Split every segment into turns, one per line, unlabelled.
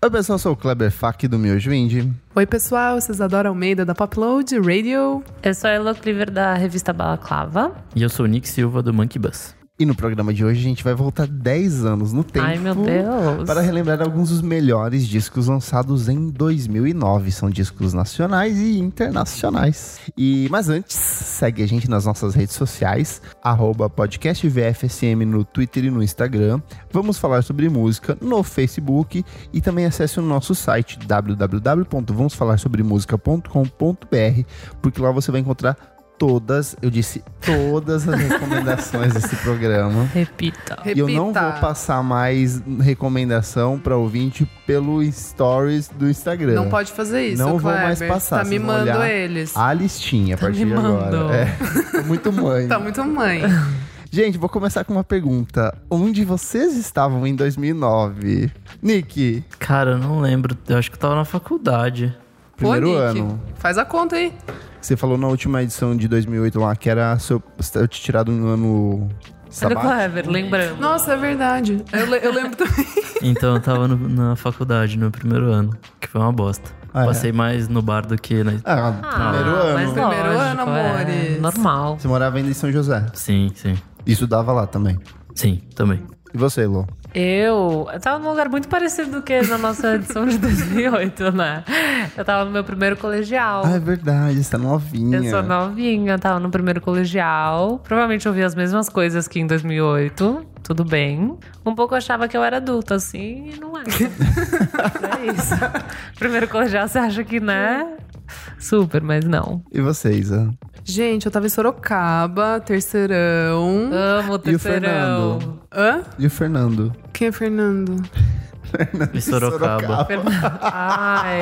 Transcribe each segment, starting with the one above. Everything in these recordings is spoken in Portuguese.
Caras, eu sou o Kleber Fak do Miojo Indie.
Oi, pessoal, eu sou Isadora Almeida da Popload Radio.
Eu sou a Elo Cleaver da revista Balaclava.
E eu sou o Nick Silva do Monkey Bus.
E no programa de hoje a gente vai voltar 10 anos no tempo.
Ai, meu Deus.
Para relembrar alguns dos melhores discos lançados em 2009. São discos nacionais e internacionais. E Mas antes, segue a gente nas nossas redes sociais. Arroba podcast VFSM no Twitter e no Instagram. Vamos falar sobre música no Facebook. E também acesse o nosso site www.vamosfalarsobremusica.com.br Porque lá você vai encontrar todas, eu disse todas as recomendações desse programa.
Repita.
E eu não vou passar mais recomendação para ouvinte pelo stories do Instagram.
Não pode fazer isso,
Não vou
Kleber.
mais passar.
Tá
vocês vão
mimando
olhar
eles.
A listinha a
Tá
partir de
mimando.
agora. É, tô muito mãe.
Tá muito mãe.
Gente, vou começar com uma pergunta. Onde vocês estavam em 2009? Nick,
Cara, eu não lembro. Eu acho que eu tava na faculdade.
primeiro
Ô, Nick,
ano.
Faz a conta aí.
Você falou na última edição de 2008 lá que era seu, eu te tirado no ano
Olha o
sabático.
Clever, lembrando.
Nossa, é verdade. Eu, le- eu lembro também.
Então eu tava no- na faculdade no primeiro ano, que foi uma bosta.
Ah, é?
Passei mais no bar do que na.
Ah, primeiro
Ah,
ano.
Mas
Primeiro
lógico,
ano,
é,
amores.
normal.
Você morava ainda em São José.
Sim, sim.
Isso dava lá também.
Sim, também.
E você, Lô?
Eu, eu tava num lugar muito parecido do que na nossa edição de 2008, né? Eu tava no meu primeiro colegial.
Ah, é verdade, você tá novinha.
Eu sou novinha, tava no primeiro colegial. Provavelmente ouvi as mesmas coisas que em 2008. Tudo bem. Um pouco eu achava que eu era adulta, assim, e não era. é isso. Primeiro colegial, você acha que, né? Super, mas não.
E ah? você, Isa?
Gente, eu tava em Sorocaba, terceirão.
Amo o
E o
terceirão.
Fernando?
Hã?
E o Fernando?
Quem é Fernando?
Em Sorocaba.
Fernando. Ai,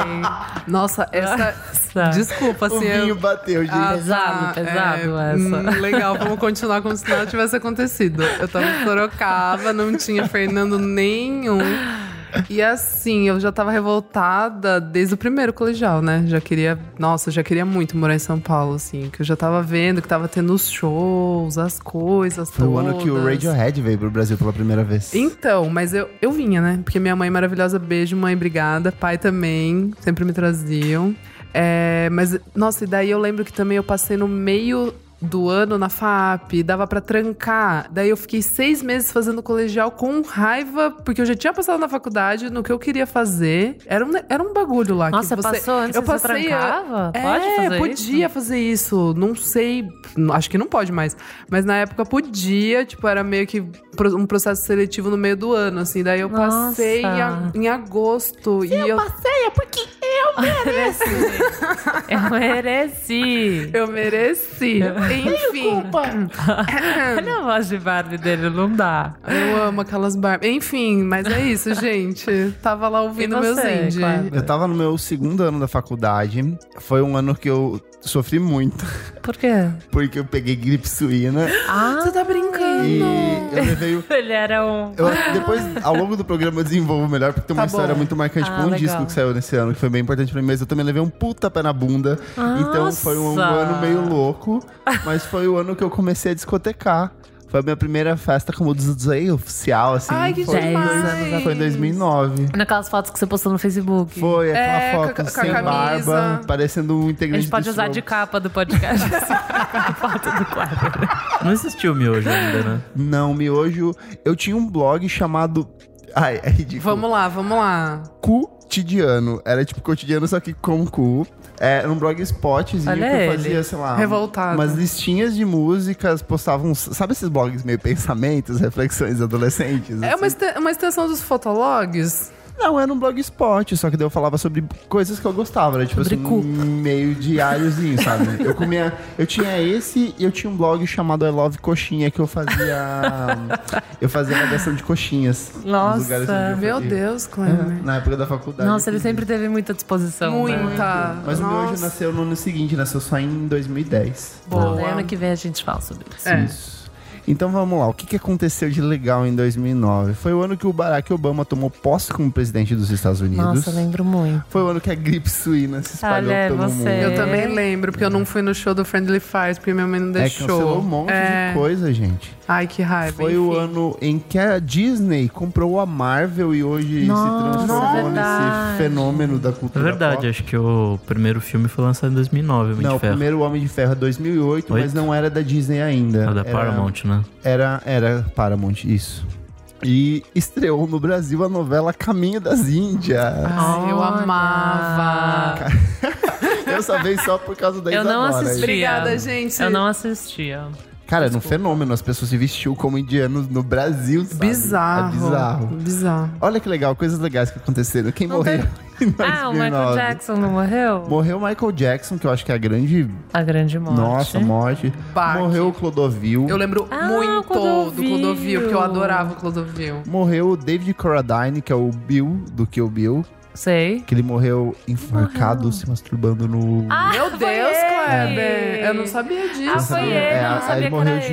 Nossa, essa.
nossa.
Desculpa,
O
assim.
vinho
eu-
bateu, gente.
Ah,
Pesado,
tá,
pesado essa.
hum, legal, vamos continuar como se nada tivesse acontecido. Eu tava em Sorocaba, não tinha Fernando nenhum. E assim, eu já tava revoltada desde o primeiro colegial, né? Já queria, nossa, eu já queria muito morar em São Paulo, assim, que eu já tava vendo que tava tendo os shows, as coisas
Foi
todas.
o ano que o Radiohead veio pro Brasil pela primeira vez.
Então, mas eu, eu vinha, né? Porque minha mãe maravilhosa, beijo, mãe, obrigada. Pai também, sempre me traziam. É, mas, nossa, e daí eu lembro que também eu passei no meio do ano na FAP, dava pra trancar. Daí eu fiquei seis meses fazendo colegial com raiva, porque eu já tinha passado na faculdade, no que eu queria fazer. Era um, ne- era um bagulho lá.
Nossa,
que você
passou antes
eu
que você
passei,
trancava?
É,
Pode fazer
podia fazer isso. Não sei, acho que não pode mais. Mas na época podia, tipo, era meio que pro- um processo seletivo no meio do ano, assim. Daí eu
Nossa.
passei em, a- em agosto. e eu,
passei, é porque eu mereci. eu mereci.
eu mereci. Enfim.
Olha a voz de Barbie dele, não dá.
Eu amo aquelas barbas. Enfim, mas é isso, gente. Tava lá ouvindo
E
meus
você,
indie.
Clara?
Eu tava no meu segundo ano da faculdade. Foi um ano que eu sofri muito,
Por quê?
porque eu peguei gripe suína
Ah,
Você tá brincando.
e eu levei o.
ele era um.
eu- depois, ao longo do programa, eu desenvolvo melhor, porque tem uma
Tá
história
bom.
muito marcante
Ah,
pra um
legal.
disco que saiu nesse ano, que foi bem importante pra mim, mas eu também levei um puta pé na bunda. Então foi um
Nossa.
ano meio louco, mas foi o ano que eu comecei a discotecar. Foi a minha primeira festa como DJ oficial, assim.
Ai, que
foi, em dois-
demais.
Foi em 2009.
Naquelas fotos que você postou no Facebook.
Foi aquela
É, com a-
foto
com a
sem
camisa.
barba, parecendo um
A
integrante
gente pode
do
usar de
Strokes.
capa do podcast assim, a foto do quadro.
Não existiu o miojo ainda, né?
Não, miojo. Eu tinha um blog chamado. Ai, é ridículo.
Vamos lá, vamos lá.
Cotidiano. Era tipo cotidiano, só que com cu. É, Era um blogspotzinho
Olha
que eu
ele.
fazia, sei lá. um-
Revoltado.
Umas listinhas de músicas, postava uns. Sabe esses blogs meio pensamentos, reflexões adolescentes?
É uma, este- uma extensão dos fotologs?
Não, era um blogspot, só que daí eu falava sobre coisas que eu gostava, era tipo
Sobre
assim,
cu.
um meio diáriozinho, sabe? Eu comia, eu tinha esse e eu tinha um blog chamado I Love Coxinha que eu fazia eu fazia avaliação de coxinhas. nos
Nossa,
lugares onde eu
Meu
fui.
Deus, Clemer.
Na época da faculdade.
Nossa,
eu
ele
fiz
sempre teve muita disposição. Né?
Muita.
isso. Mas o meu hoje
Nossa.
nasceu no ano seguinte, nasceu só em 2010.
Tá Bom,
Boa.
ano que vem a gente fala sobre isso.
É.
Isso. Então vamos lá, o que, que aconteceu de legal em 2009? Foi o ano que o Barack Obama tomou posse como presidente dos Estados Unidos.
Nossa, lembro muito.
Foi o ano que a gripe suína se espalhou
Olha,
pelo
você.
mundo.
Eu também
É.
lembro, porque eu não fui no show do Friendly Fires, porque minha mãe não
É,
deixou.
cancelou um monte
É.
de coisa, gente.
Ai, que raiva.
Foi o
enfim.
ano em que a Disney comprou a Marvel e hoje
Nossa,
se
é
transformou nesse
verdade.
fenômeno da
É
cultura
verdade,
pop.
acho que o primeiro filme foi lançado em 2009, Homem
Não,
de
o
Ferro.
primeiro Homem de Ferro é 2008, mas
Oito?
não era da Disney ainda.
Ah, da
Era-
Paramount, né?
Era, era Paramount, isso. E estreou no Brasil a novela Caminho das Índias.
Ah.
Ai, eu
Olha.
amava.
Eu só vejo só por causa da
Eu não
Isadora,
assisti.
gente.
Obrigada, gente.
Eu não assistia.
Cara, era um fenômeno. As pessoas se vestiam como indianos no Brasil, sabe?
Bizarro.
É bizarro.
Bizarro.
Olha que legal, coisas legais que aconteceram. Quem morreu em 2009?
Ah, o Michael Jackson não morreu?
Morreu o Michael Jackson, que eu acho que é a grande...
A grande morte.
Nossa, morte.
Baque.
Morreu o Clodovil.
Eu lembro
Ah,
muito
o Clodovil.
do Clodovil, porque eu adorava o Clodovil.
Morreu o David Corradine, que é o Bill, do Kill Bill.
Sei.
Que ele morreu enforcado, se masturbando no...
Ah,
Meu
foi
Deus,
ele!
Kleber! Eu não sabia
Ah,
disso.
foi ele, eu não
aí
sabia que
É, morreu
era
de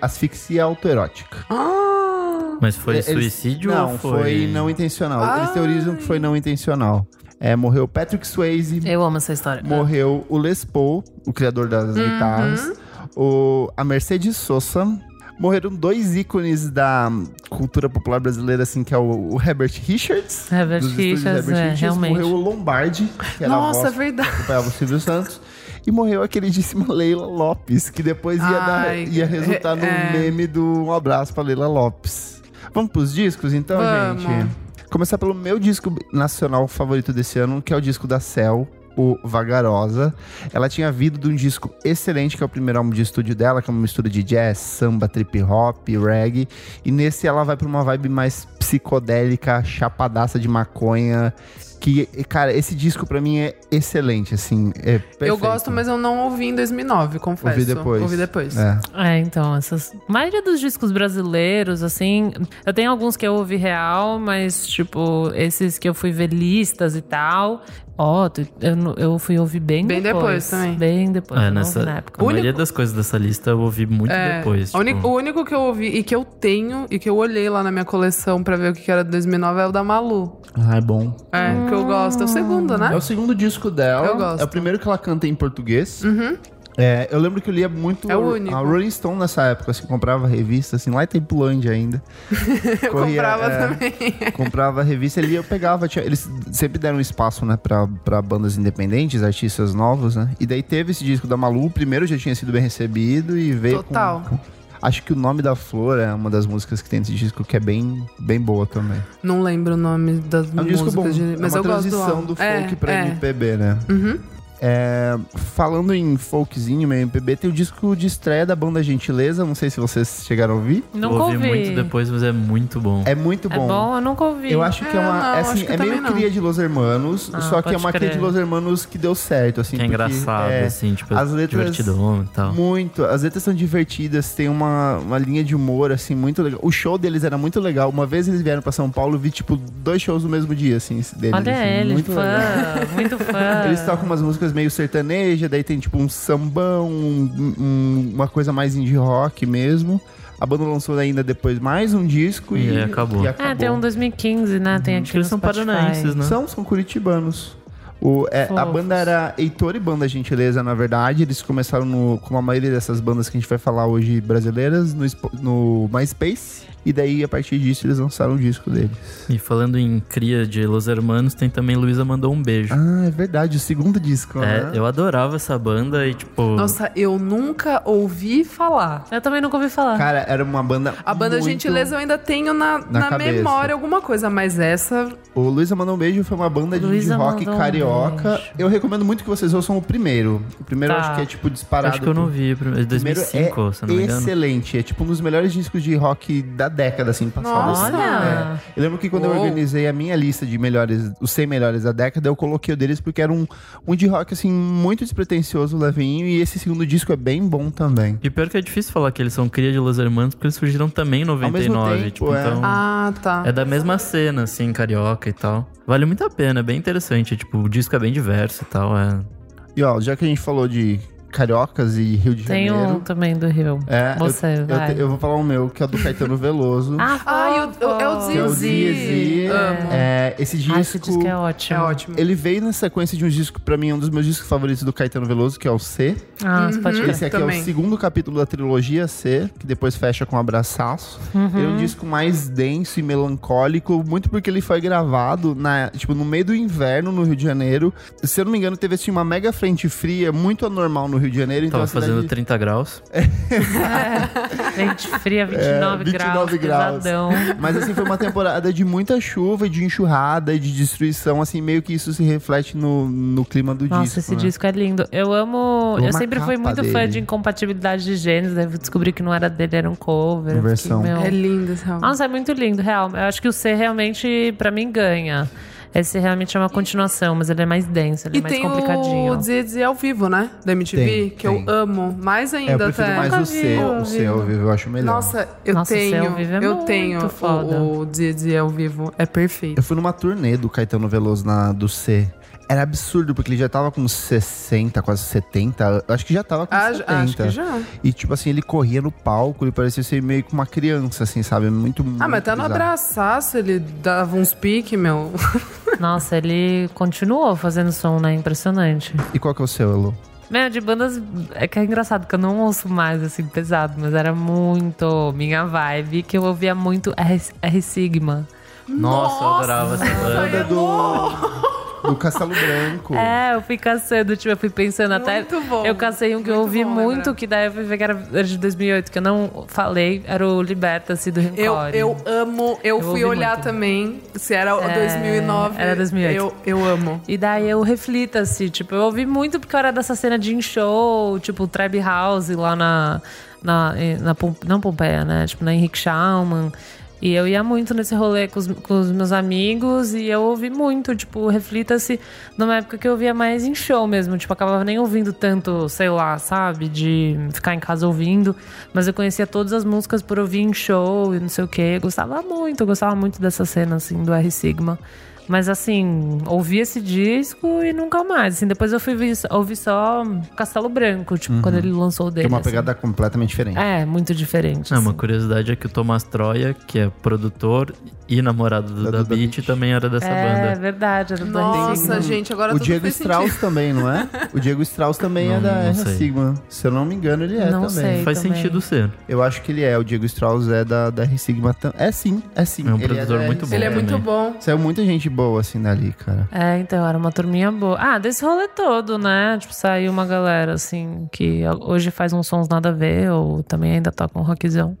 asfixia autoerótica.
Ah,
Mas foi
Eles-
suicídio
Não,
ou
foi...
foi...
não intencional. Eles
Ai.
teorizam que foi não intencional. É, morreu Patrick Swayze,
Eu Uhum. amo essa história.
morreu o Les Paul, o criador das guitarras, o, a Mercedes Sosa. Morreram dois ícones da cultura popular brasileira, assim, que é o, o Herbert Richards.
Herbert
dos estúdios
Richards, é, realmente.
Morreu o Lombardi, que era a
nossa,
voz
é verdade.
acompanhava o Silvio Santos. E morreu a queridíssima Leila Lopes, que depois ia, dar-
Ai,
ia resultar no
é.
meme do Um Abraço pra Leila Lopes. Vamos pros discos, então,
Vamos.
gente? Começar pelo meu disco nacional favorito desse ano, que é o disco da Cell, o Vagarosa. Ela tinha vindo de um disco excelente, que é o primeiro álbum de estúdio dela, que é uma mistura de jazz, samba, trip hop, reggae. E nesse ela vai pra uma vibe mais psicodélica, chapadaça de maconha. Que, cara, esse disco pra mim é excelente, assim. É perfeito.
Eu gosto, mas eu não ouvi em 2009, confesso.
Ouvi depois.
Ouvi depois.
É.
É, então, essas. A maioria dos discos brasileiros, assim. Eu tenho alguns que eu ouvi real, mas, tipo, esses que eu fui ver listas e tal. Ó, tu- eu, não- eu fui ouvir bem,
Bem depois também.
Bem depois.
É,
eu não
nessa...
ouvi na
A
época.
maioria das coisas dessa lista eu ouvi muito
É,
depois.
a
tipo,
uni- O único que eu ouvi e que eu tenho e que eu olhei lá na minha coleção pra ver o que que era de 2009 é o da Malu.
Ah, é bom.
É, que eu gosto. É o segundo, né?
É o segundo disco dela.
Eu gosto. Uhum.
É o primeiro que ela canta em português. É, eu lembro que eu lia muito
É o único.
a Rolling Stone nessa época, assim, comprava revista, assim, lá em Tempulândia ainda. é,
Eu comprava também.
Comprava revista ali, eu pegava. tinha- eles sempre deram espaço, né, pra, pra bandas independentes, artistas novos, né? E daí teve esse disco da Malu, o primeiro já tinha sido bem recebido e veio. com-
Total.
com- acho que o nome da Flor é uma das músicas que tem nesse disco que é bem, bem boa também.
Não lembro o nome das
É um
músicas
disco bom.
de-
é
mas
uma
eu gosto
transição
álbum.
do
É,
folk pra
é. Uhum.
MPB, né? É, falando em folkzinho, meio MPB, tem o disco de estreia da banda Gentileza. Não sei se vocês chegaram a ouvir.
eu
Nunca
ouvi
ouvi.
muito depois, mas é muito bom.
É muito
É bom, eu nunca ouvi.
Eu acho que é
É,
uma.
não,
é assim,
acho que
é meio
também não.
cria de Los Hermanos,
Ah,
só que é
pode
uma cria de
crer.
Los Hermanos que deu certo, assim.
que é
porque,
engraçado, então.
é,
assim, tipo,
as letras-
divertidão e tal.
Muito. As letras são divertidas, tem uma, uma linha de humor, assim, muito legal. O show deles era muito legal. Uma vez eles vieram pra São Paulo, eu vi, tipo, dois shows no mesmo dia, assim, deles.
Olha
assim,
ele,
muito
fã,
legal.
muito fã.
Eles tocam umas músicas meio sertaneja, daí tem tipo um sambão, um- um- uma coisa mais indie rock mesmo. A banda lançou ainda depois mais um disco e,
E acabou.
e
É, tem um 2015, né?
Uhum.
Tem
Acho
aqui
que
no
eles são
Spotify.
paranaenses, né?
São, são curitibanos. O- é, a
Fofos.
banda era Heitor e Banda Gentileza, na verdade. Eles começaram, no, como a maioria dessas bandas que a gente vai falar hoje, brasileiras, no, Spo- no MySpace. E daí, a partir disso, eles lançaram o disco deles.
E falando em cria de Los Hermanos, tem também Luísa Mandou Um Beijo.
Ah, é verdade, o segundo disco, né?
É, eu adorava essa banda e, tipo...
Nossa, eu nunca ouvi falar.
Eu também nunca ouvi falar.
Cara, era uma banda.
A banda
muito...
Gentileza eu ainda tenho na, na,
cabeça.
memória alguma coisa, mas essa.
O Luísa Mandou um Beijo foi uma banda de
Luísa
indie rock
Mandou Um
carioca.
Beijo.
eu recomendo muito que vocês ouçam o primeiro. O primeiro eu
Tá.
acho que é tipo disparado.
Acho que eu não vi. primeiro-
O primeiro
2005,
é
se não me engano.
excelente. É tipo um dos melhores discos de rock da década, assim, passada.
Nossa!
Olha!
É. Eu lembro que quando eu
Uou.
organizei a minha lista de melhores, os 100 melhores da década, eu coloquei o deles porque era um, um de rock, assim, muito despretensioso, levinho. E esse segundo disco é bem bom também.
E pior que é difícil falar que eles são cria de Los Hermanos, porque eles surgiram também em
mesmo
99.
tempo,
tipo,
é.
então.
Ah, tá.
É da mesma cena, assim, carioca e tal. Vale muito a pena, é bem interessante. Tipo, o disco é bem diverso e tal. É...
E ó, já que a gente falou de cariocas e Rio de
Tem
Janeiro.
um também do Rio.
É, eu-
Você,
eu, te-
vai.
eu, vou falar o meu, que é o do Caetano Veloso.
Ah,
Ah, e o- o- é o
fofo.
que é o Zizi.
Zizi. Amo.
É, esse disco.
Ah, esse disco é
É
ótimo.
ótimo.
Ele veio na sequência de um disco, pra mim, um dos meus discos favoritos do Caetano Veloso, que é o C.
Ah, você
Uhum.
pode crer.
Esse aqui é
Também.
o segundo capítulo da trilogia C, que depois fecha com um Abraçaço. Ele é um disco mais denso e melancólico, muito porque ele foi gravado na, tipo, no meio do inverno no Rio de Janeiro. Se eu não me engano, teve assim, uma mega frente fria, muito anormal no Rio de Janeiro. Então
Tava
a cidade-
fazendo 30 graus.
É.
Gente fria, 29,
29 graus.
graus, pesadão.
Mas assim, foi uma temporada de muita chuva, e de enxurrada e de destruição, assim, meio que isso se reflete no, no clima do
Nossa,
disco.
esse
né?
disco é lindo. Eu amo.
Eu
Eu,
amo a
sempre fui
capa
muito fã
dele.
de incompatibilidade de gêneros. Daí eu descobri que não era dele, era um cover. Eu
Versão.
Fiquei, meu...
É lindo esse álbum.
Nossa, é muito lindo, real. Eu acho que o C realmente, pra mim, ganha. Esse realmente é uma continuação, mas ele é mais denso, ele é
E
mais
tem
complicadinho.
o Dizzy ao vivo, né? Da MTV,
Tem,
que
tem.
eu amo. Mais
É, eu
ainda
prefiro
até.
mais
Nunca
o
vi
C.
ao
O C ao
vivo.
vivo eu acho melhor.
Nossa, eu
Nossa, o
tenho.
Céu ao Vivo é
eu
muito
tenho o-
foda.
o Dizzy ao vivo. É perfeito.
Eu fui numa turnê do Caetano Veloso na, do C. Era absurdo, porque ele já tava com 60, quase 70. eu Acho que já tava com
Ah,
70.
acho que já.
E, tipo assim, ele corria no palco, ele parecia ser meio que uma criança, assim, sabe? Muito,
Ah, mas até no abraçaço ele dava uns piques, meu.
Nossa, ele continuou fazendo som, né? Impressionante.
E qual que é o seu, Elo?
Meu, de bandas. É que é engraçado que eu não ouço mais, assim, pesado, mas era muito minha vibe, que eu ouvia muito R, R Sigma.
Nossa, eu adorava essa banda.
Banda do, do Castelo Branco.
É, eu fui caçando, tipo, eu fui pensando até.
Muito bom.
Eu cacei um que eu
Muito
ouvi
bom
muito,
lembrar.
que daí eu fui ver que era era de 2008, que eu não falei, era o Liberta-se do
Eu,
Rincore.
eu amo, eu,
Eu
fui
ouvi
olhar
muito. É,
também se era o 2009.
era 2008.
Eu, eu amo.
E daí eu reflita-se, tipo, eu ouvi muito porque eu era dessa cena de in-show, tipo, Treb House lá na. na, eh, na Pom- não Pompeia, né? Tipo, na Henrique Schaumann. E eu ia muito nesse rolê com os, com os meus amigos e eu ouvi muito, tipo, reflita-se numa época que eu ouvia mais em show mesmo. Tipo, eu acabava nem ouvindo tanto, sei lá, sabe? De ficar em casa ouvindo. Mas eu conhecia todas as músicas por ouvir em show e não sei o quê. Eu Gostava muito, eu gostava muito dessa cena, assim, do R Sigma. Mas assim, ouvi esse disco e nunca mais. Assim, depois eu fui vi- ouvir só Castelo Branco, tipo, quando ele lançou o
Que é
dele.
uma
assim.
pegada Ah, completamente diferente.
É, muito diferente.
Não,
assim.
uma curiosidade é que o Tomás Troia, que é produtor e namorado do
Da
Da
Duda
Beat,
Beat.
também era dessa
É
banda.
verdade, era assim, né? do
Nossa,
Henrique.
gente, agora
Uhum. o
tudo
Diego
fez sentido.
Strauss também, não é? O Diego Strauss também é
Não-
da
não
R
sei.
Sigma. Se eu não me engano, ele é
Não
também.
sei.
Faz
também.
sentido ser.
Eu acho que ele é. O Diego Strauss é da, da R Sigma. tam- É sim, é sim.
É um
Ele
produtor
da R
muito bom.
Ele é
também.
né?
muito bom.
Saiu muita gente boa assim dali, cara.
É, então, era uma turminha boa. Ah, desse rolê todo, né? Tipo, saiu uma galera, assim, que hoje faz uns sons nada a ver, ou também ainda toca um rockzão.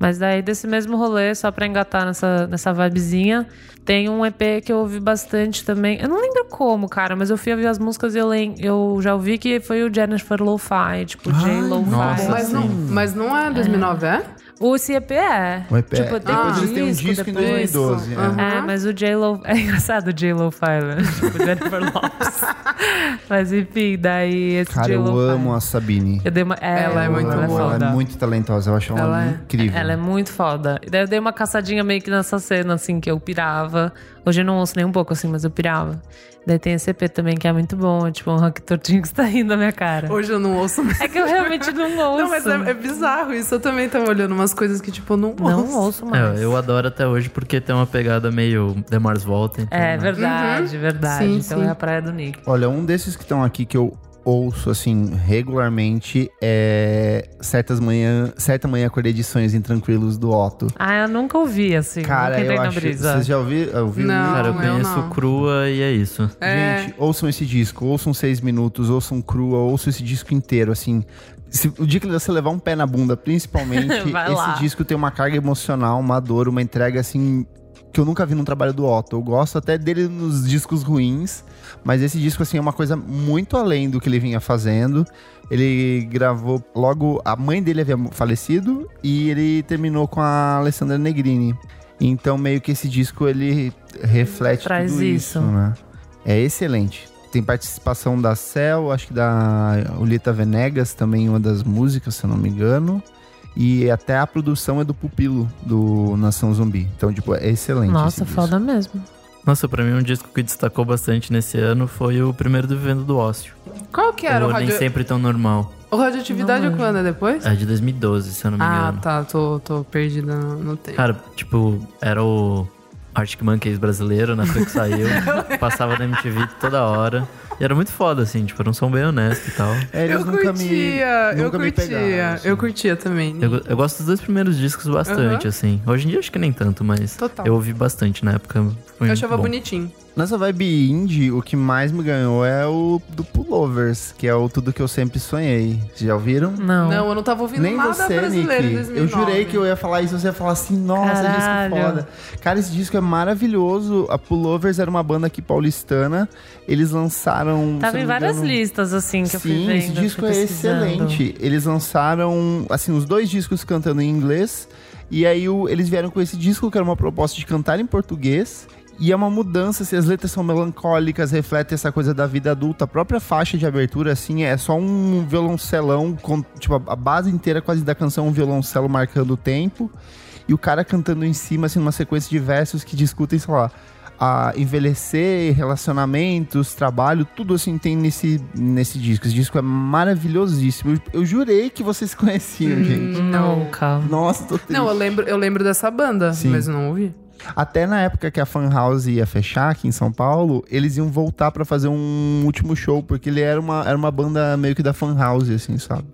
Mas daí, desse mesmo rolê, só pra engatar nessa, nessa vibezinha, tem um EP que eu ouvi bastante também. Eu não lembro como, cara, mas eu fui ouvir as músicas e eu, lem- eu já ouvi que foi o Jennifer Lo-Fi, tipo, J.
nossa.
Lo-Fi.
Mas não, mas não é 2009, é?
O esse EP é.
O EP.
Tipo, tem
depois
um
eles têm um
disco,
disco em
depois.
2012.
Aham.
é.
É,
Uhum.
mas o J-Lo... É engraçado o J-Lo Fire, né? Tipo, Jennifer Lopes. mas enfim, daí esse é
Cara,
J-Lo
eu
Fire.
amo a Sabine.
Eu dei uma... é,
Ela é
eu
muito
amo,
boa.
Ela é
foda.
muito talentosa, eu acho ela,
Ela é-
incrível.
Ela é muito foda. E daí eu dei uma caçadinha meio que nessa cena, assim, que eu pirava. Hoje eu não ouço nem um pouco, assim, mas eu pirava. Daí tem esse EP também, que é muito bom. é Tipo, um rock tortinho que está rindo da minha cara.
Hoje eu não ouço mais.
É que eu realmente não ouço.
Não, mas é, é bizarro isso. Eu também tava olhando umas coisas que, tipo, eu não ouço.
Não ouço mais.
É, eu adoro até hoje porque tem uma pegada meio The Mars Volta. então,
É
né?
verdade, verdade.
Uhum. Sim,
então
sim.
é a praia do Nick.
Olha, um desses que estão aqui que eu ouço assim regularmente é certas manhã, certa manhã acordei de sonhos intranquilos do Otto.
Ah, eu nunca ouvi, assim.
Cara,
nunca entrei
eu
na
acho.
brisa.
Vocês já ouviram? ouviram
Não.
isso?
Cara, eu
eu
conheço
não.
crua e é isso.
É.
Gente, ouçam esse disco, ouçam seis minutos, ouçam crua, ouçam esse disco inteiro, assim. Se- o dia que você levar um pé na bunda, principalmente,
Vai lá.
esse disco tem uma carga emocional, uma dor, uma entrega, assim, que eu nunca vi num trabalho do Otto. Eu gosto até dele nos discos ruins, mas esse disco, assim, é uma coisa muito além do que ele vinha fazendo. Ele gravou logo. A mãe dele havia falecido e ele terminou com a Alessandra Negrini. Então, meio que esse disco ele reflete
Traz
tudo isso,
isso.
né? É excelente. Tem participação da Cel, acho que da Ulita Venegas também, em uma das músicas, se eu não me engano. E até a produção é do Pupilo, do Nação Zumbi. Então, tipo, é excelente.
Nossa,
esse disco.
foda mesmo.
Nossa, pra mim um disco que destacou bastante nesse ano foi o primeiro do Vivendo do Ócio.
Qual que era o,
o Nem
radio...
Sempre Tão Normal.
o radioatividade? é quando? É depois?
É de 2012, se eu não me
ah,
engano.
tá. Tô, tô perdida no no tempo.
Cara, tipo, era o Arctic Monkeys brasileiro, na época que saiu. passava na MTV toda hora. E era muito foda, assim, tipo, era um som bem honesto e tal.
É, eles
Eu
nunca me-
curtia, eu
nunca me
curtia.
pegaram, assim.
Eu curtia também.
Eu, go- eu gosto dos dois primeiros discos bastante,
Aham.
assim. Hoje em dia acho que nem tanto, mas
Total.
eu ouvi bastante na época. Foi
Eu
muito
achava
bom.
bonitinho.
Nessa vibe indie, o que mais me ganhou é o do Pullovers, que é o Tudo Que Eu Sempre Sonhei. Vocês já ouviram?
Não.
Não, eu não tava ouvindo
Então, Nem
nada
você, Nick.
brasileiro em 2009.
Eu jurei que eu ia falar isso, você ia falar assim, nossa,
Caralho.
disco foda. Cara, esse disco é maravilhoso. A Pullovers era uma banda aqui paulistana. Eles lançaram... se
Tava
eu não
em
me
várias
engano,
listas, assim, que eu fui
Sim,
vendo.
esse disco
fui
é
pesquisando.
excelente. Eles lançaram, assim, os dois discos cantando em inglês. E aí o- eles vieram com esse disco, que era uma proposta de cantar em português. E é uma mudança, assim, as letras são melancólicas, refletem essa coisa da vida adulta. A própria faixa de abertura, assim, é só um violoncelão, com, tipo, a a base inteira quase da canção é um violoncelo marcando o tempo. E o cara cantando em cima, assim, numa sequência de versos que discutem, sei lá, a envelhecer, relacionamentos, trabalho, tudo assim tem nesse, nesse disco. Esse disco é maravilhosíssimo. Eu- Eu jurei que vocês conheciam, gente.
Não, calma.
Nossa, tô triste.
Hum. Não, eu lembro, eu lembro dessa banda,
Sim.
mas eu não ouvi.
Até na época que a Fan House ia fechar aqui em São Paulo, eles iam voltar pra fazer um último show, porque ele era uma, era uma banda meio que da Fan House, assim, sabe?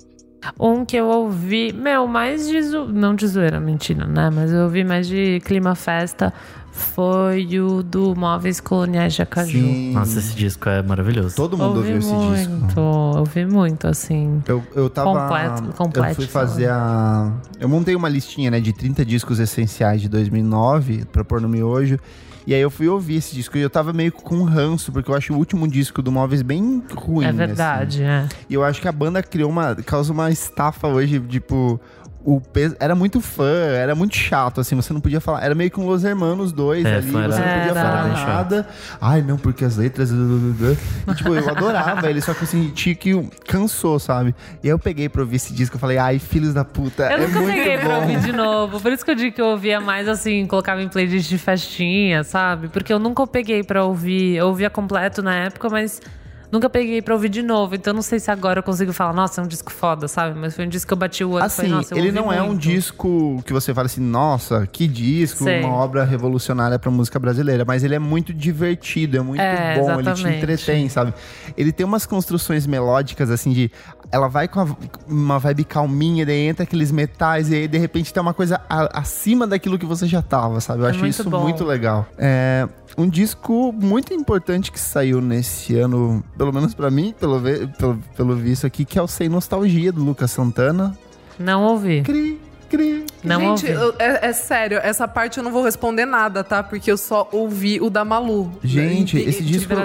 Um que eu ouvi, meu, mais de zo... Não de zoeira, mentira, né? Mas eu ouvi mais de clima festa. Foi o do Móveis Coloniais de Acaju.
Nossa, esse disco é maravilhoso.
Todo mundo
ouvi
ouviu esse
muito,
disco.
ouvi muito, assim.
Eu, Então, eu tava.
Completo- completo,
eu fui
sei
fazer a. Eu montei uma listinha, né, de 30 discos essenciais de 2009 pra pôr no miojo. E aí eu fui ouvir esse disco e eu tava meio com ranço, porque eu acho o último disco do Móveis bem ruim.
é
assim.
verdade, é.
E eu acho que a banda criou uma. causa uma estafa hoje, tipo. O peso, era muito fã, era muito chato, assim, você não podia falar. Era meio que um Los Hermanos dois
É,
ali,
fã era-
você não podia
Era.
falar
Bem chato.
nada. Ai, não, porque as letras. E, tipo, eu adorava ele, só que eu senti que cansou, sabe? E aí eu peguei pra ouvir esse disco, eu falei, ai, filhos da puta,
Eu
é
nunca
muito
peguei pra
bom.
ouvir de novo. Por isso que eu digo que eu ouvia mais assim, colocava em playlist de festinha, sabe? Porque eu nunca peguei pra ouvir. Eu ouvia completo na época, mas nunca peguei pra ouvir de novo. Então não sei se agora eu consigo falar, nossa, é um disco foda, sabe? Mas foi um disco que eu bati o olho e falei,
Assim,
nossa, eu
ele
ouvi
não é um
muito.
disco que você fala assim, nossa, que disco,
Sei.
uma obra revolucionária pra música brasileira, mas ele é muito divertido, é muito
É,
bom, ele te
exatamente.
entretém, sabe? Ele tem umas construções melódicas, assim, de. Ela vai com a- uma vibe calminha, daí entra aqueles metais, e aí de repente tem uma coisa a- acima daquilo que você já tava, sabe? Eu
É
acho
muito
isso
bom.
muito legal. É. Um disco muito importante que saiu nesse ano, pelo menos pra mim, pelo, ve- pelo, pelo visto aqui, que é o Sem Nostalgia, do Lucas Santana.
Não ouvi.
Cri, cri.
Não
Gente,
ouvi.
eu- é, é sério, essa parte eu não vou responder nada, tá? Porque eu só ouvi o da Malu.
Gente, esse disco-
É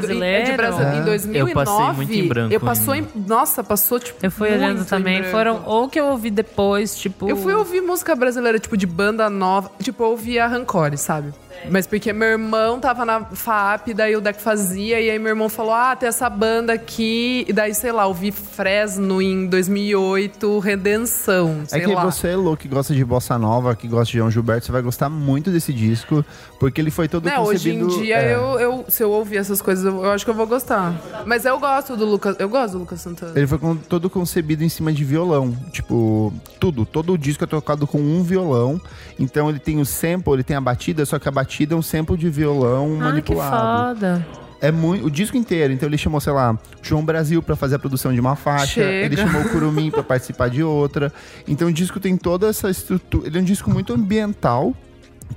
de Brasi- Em
É.
2009.
Eu passei muito em branco
Eu passou em...
ainda.
Nossa, passou, tipo,
Eu fui
muito
olhando
em
também.
branco.
Foram ou que eu ouvi depois, tipo.
Eu fui ouvir música brasileira, tipo, de banda nova. Tipo, eu ouvia Rancore, sabe? Mas porque meu irmão tava na FAP, daí o Deck fazia, e aí meu irmão falou: Ah, tem essa banda aqui. E daí, sei lá, ouvi Fresno em 2008, Redenção. Sei
é que
lá.
você, Lô, que gosta de bossa nova, que gosta de João Gilberto, você vai gostar muito desse disco, porque ele foi todo
Né, hoje em
concebido...
dia,
tá é.
eu, eu- se eu ouvir essas coisas, eu, eu acho que eu vou gostar. Mas eu gosto do Lucas, eu gosto do Lucas Santana.
Ele foi con- todo concebido em cima de violão. Tipo, tudo. Todo o disco é tocado com um violão. Então ele tem o sample, ele tem a batida, só que a batida é um sample de violão
Ah, que
manipulado.
foda.
É muito. O disco inteiro. Então ele chamou, sei lá, João Brasil pra fazer a produção de uma faixa.
Chega.
Ele chamou o Curumim pra participar de outra. Então o disco tem toda essa estrutura. Ele é um disco muito ambiental.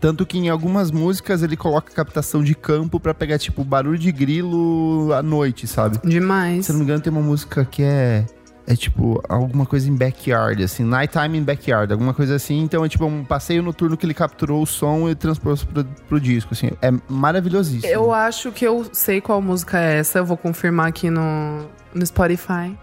Tanto que em algumas músicas ele coloca captação de campo pra pegar, tipo, barulho de grilo à noite, sabe?
Demais.
Se eu não me engano, tem uma música que é. É tipo, alguma coisa em backyard, assim, nighttime in backyard, alguma coisa assim. Então é tipo um passeio noturno que ele capturou o som e transpôs pro, pro disco, assim. É maravilhosíssimo.
Eu acho que eu sei qual música é essa, eu vou confirmar aqui no, no Spotify.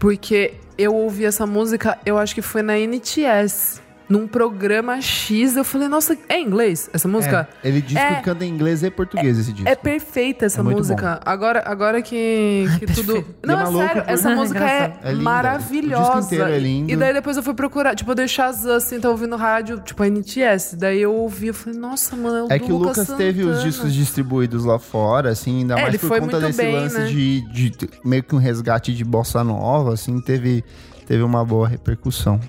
Porque eu ouvi essa música, eu acho que foi na NTS. num programa X. Eu falei, nossa, é em inglês essa música?
Ele diz
É.
que canta em inglês e português esse disco.
É perfeita essa
É muito
música. Agora, agora que, que tudo.
E é
Não, é,
maluco
sério,
por-
essa
É
música é,
engraçado. É linda.
maravilhosa.
O disco inteiro é lindo.
E daí depois eu fui procurar, tipo, eu dei Shazam, assim, tá ouvindo rádio, tipo, a NTS. Daí eu ouvi, eu falei, nossa, mano, é o
É
do
que o Lucas teve os
Santana.
discos distribuídos lá fora, assim, ainda
É,
mais
ele
por
foi
conta
muito
desse
bem,
lance
né?
de, de t- meio que um resgate de bossa nova, assim, teve, teve uma boa repercussão.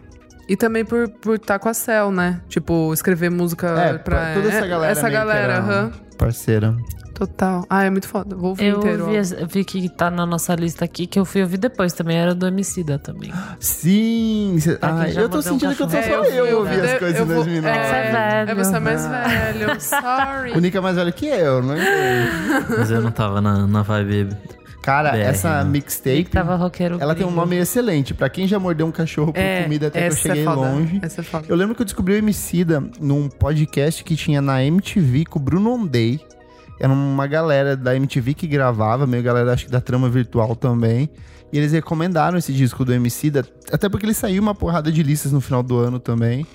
E também por estar por tá com a Cel, né? Tipo, escrever música
É,
pra.
pra toda essa
é,
galera
Essa
meio que
galera,
era um-
aham.
Parceira.
Total. Ah, é muito foda. Vou ouvir
Eu
inteiro.
vi, eu vi que tá na nossa lista aqui, que eu fui ouvir depois também, era do Emicida também.
Sim! cê-
Pra quem
ai,
já
eu tô
mandou um
sentindo que eu tô
cachorro.
só
É,
eu,
eu vi,
ouvi
eu-
as coisas
eu
em
vou-
2009.
é,
Você é velho.
É, você é mais
Ah.
velho. Sorry.
O Nick é mais velho que eu, não é?
Mas eu não tava na, na vibe.
Cara,
BR,
essa
né?
mixtape,
que tava roqueiro.
ela tem um
gringo.
nome excelente. Pra quem já mordeu um cachorro por comida até que eu
essa
cheguei
é foda.
longe.
Essa é foda.
Eu lembro que eu descobri o Emicida num podcast que tinha na MTV com o Bruno Ondei. Era uma galera da MTV que gravava, meio galera acho que da trama virtual também. E eles recomendaram esse disco do Emicida, até porque ele saiu uma porrada de listas no final do ano também.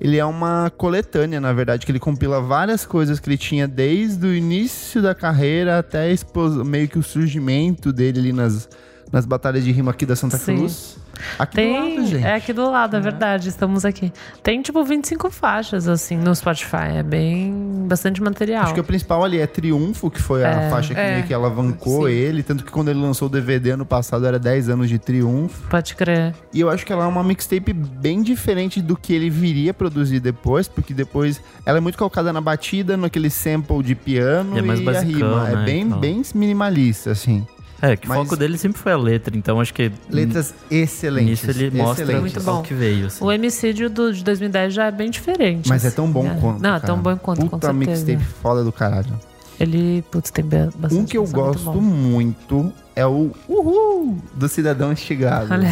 Ele é uma coletânea, na verdade, que ele compila várias coisas que ele tinha desde o início da carreira até a expos- meio que o surgimento dele ali nas, nas batalhas de rima aqui da Santa
Sim.
Cruz. Aqui do
Tem,
lado, gente.
é aqui do lado, é verdade, estamos aqui. Tem tipo 25 faixas assim no Spotify, é bem bastante material.
Acho que o principal ali é Triunfo, que foi a faixa que
É.
meio que alavancou
Sim.
ele. Tanto que quando ele lançou o DVD ano passado era 10 anos de Triunfo.
Pode crer.
E eu acho que ela é uma mixtape bem diferente do que ele viria a produzir depois, porque depois ela é muito calcada na batida, naquele sample de piano
É mais
e
basicão,
a rima. é
né,
bem,
então.
bem minimalista, assim.
É, que
Mas-
o foco dele sempre foi a letra, então acho que.
Letras excelentes.
Nisso ele mostra
excelentes.
Muito
o
bom.
que veio. assim.
O homicídio do, de 2010 já é bem diferente.
Mas é
assim,
tão bom
né?
quanto.
Não, é
cara.
tão bom quanto,
Puta
com certeza.
mixtape foda do caralho.
Ele, putz, tem ba- bastante.
Um que eu
canção muito
gosto
bom.
muito é o Uhul do Cidadão Estigado.
Olha,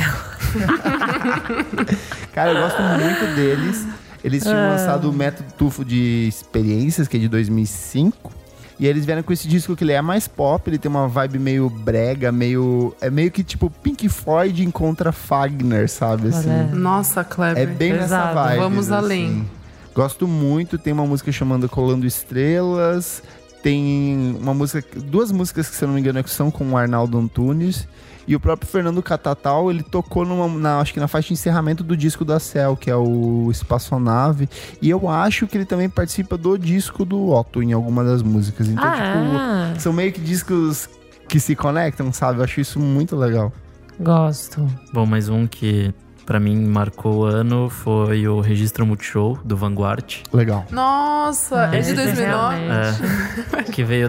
Cara, eu gosto muito deles. Eles tinham
Ah.
lançado o Método Tufo de Experiências, que é de 2005. E eles vieram com esse disco que ele é mais pop, ele tem uma vibe meio brega, meio. É meio que tipo Pink Floyd encontra Fagner, sabe? Assim.
Olha.
Nossa,
É
Kleber.
bem nessa
Pesado.
vibe. assim.
Vamos além.
Gosto muito, tem uma música chamando Colando Estrelas. Tem uma música, duas músicas que, se eu não me engano, são com o Arnaldo Antunes. E o próprio Fernando Catatal, ele tocou numa, na- acho que na faixa de encerramento do disco da Cell, que é o Espaçonave. E eu acho que ele também participa do disco do Otto em alguma das músicas. Então,
é?
ah,
tipo, são meio que discos que se conectam, sabe? Eu acho isso muito legal.
é? gosto.
Bom, mais um que pra mim marcou o ano foi o Registro Multishow do Vanguard.
Legal.
Nossa, é de
Mas,
2009.
realmente,
É, que veio o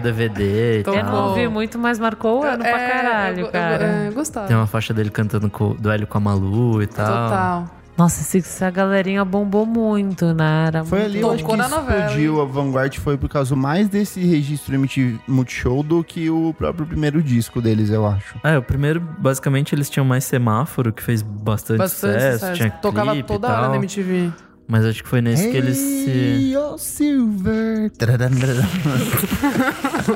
DVD e
Tô
Eu
bom.
não
tal.
ouvi muito, mas marcou o ano pra
É,
caralho,
eu- eu-
cara.
é, gostava.
Tem uma faixa dele cantando com, do Hélio com a Malu e tal.
Total.
Nossa, esse- essa galerinha bombou muito, né? Era
Foi
muito
ali eu acho que
Tocou na novela,
explodiu a Vanguard foi por causa mais desse registro MTV Multishow do que o próprio primeiro disco deles, eu acho.
É, o primeiro, basicamente, eles tinham mais semáforo, que fez bastante,
Bastante
sucesso,
sucesso.
Tinha
Tocava
clipe
toda
e tal,
hora né, na MTV.
Mas acho que foi nesse que eles se.
Hey, oh, Silver. Tararam, tararam.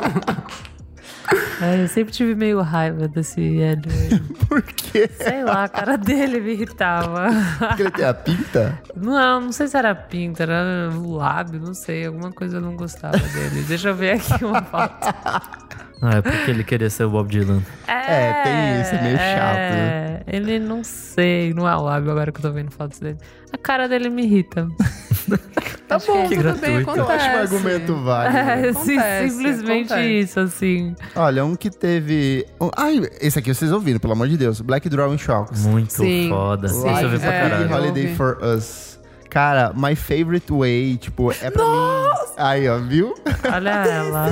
É, eu sempre tive meio raiva desse Hélio.
Por quê?
Sei lá, a cara dele me irritava.
Porque ele tem a pinta?
Não, não sei se era pinta, era o lábio, não sei. Alguma coisa eu não gostava dele. Deixa eu ver aqui uma foto.
Ah, é porque ele queria ser o Bob Dylan.
É, tem isso, é meio
é, Ele não sei, não é o lábio agora que eu tô vendo fotos dele. A cara dele me irrita.
Tá bom, tudo
que
bem,
gratuito.
Eu
Eu
acho
acontece.
um argumento válido.
É, sim,
Acontece,
simplesmente
acontece.
isso, assim.
Olha, um que teve... um- Ai, esse aqui vocês ouviram, pelo amor de Deus. Black Drawing Shocks.
Muito
Sim.
foda.
Sim.
Isso eu vi pra
É,
caralho.
eu
Holiday
ouvi.
for Us. Cara, my favorite way, tipo, é pra mim... Aí, ó, viu?
Olha ela.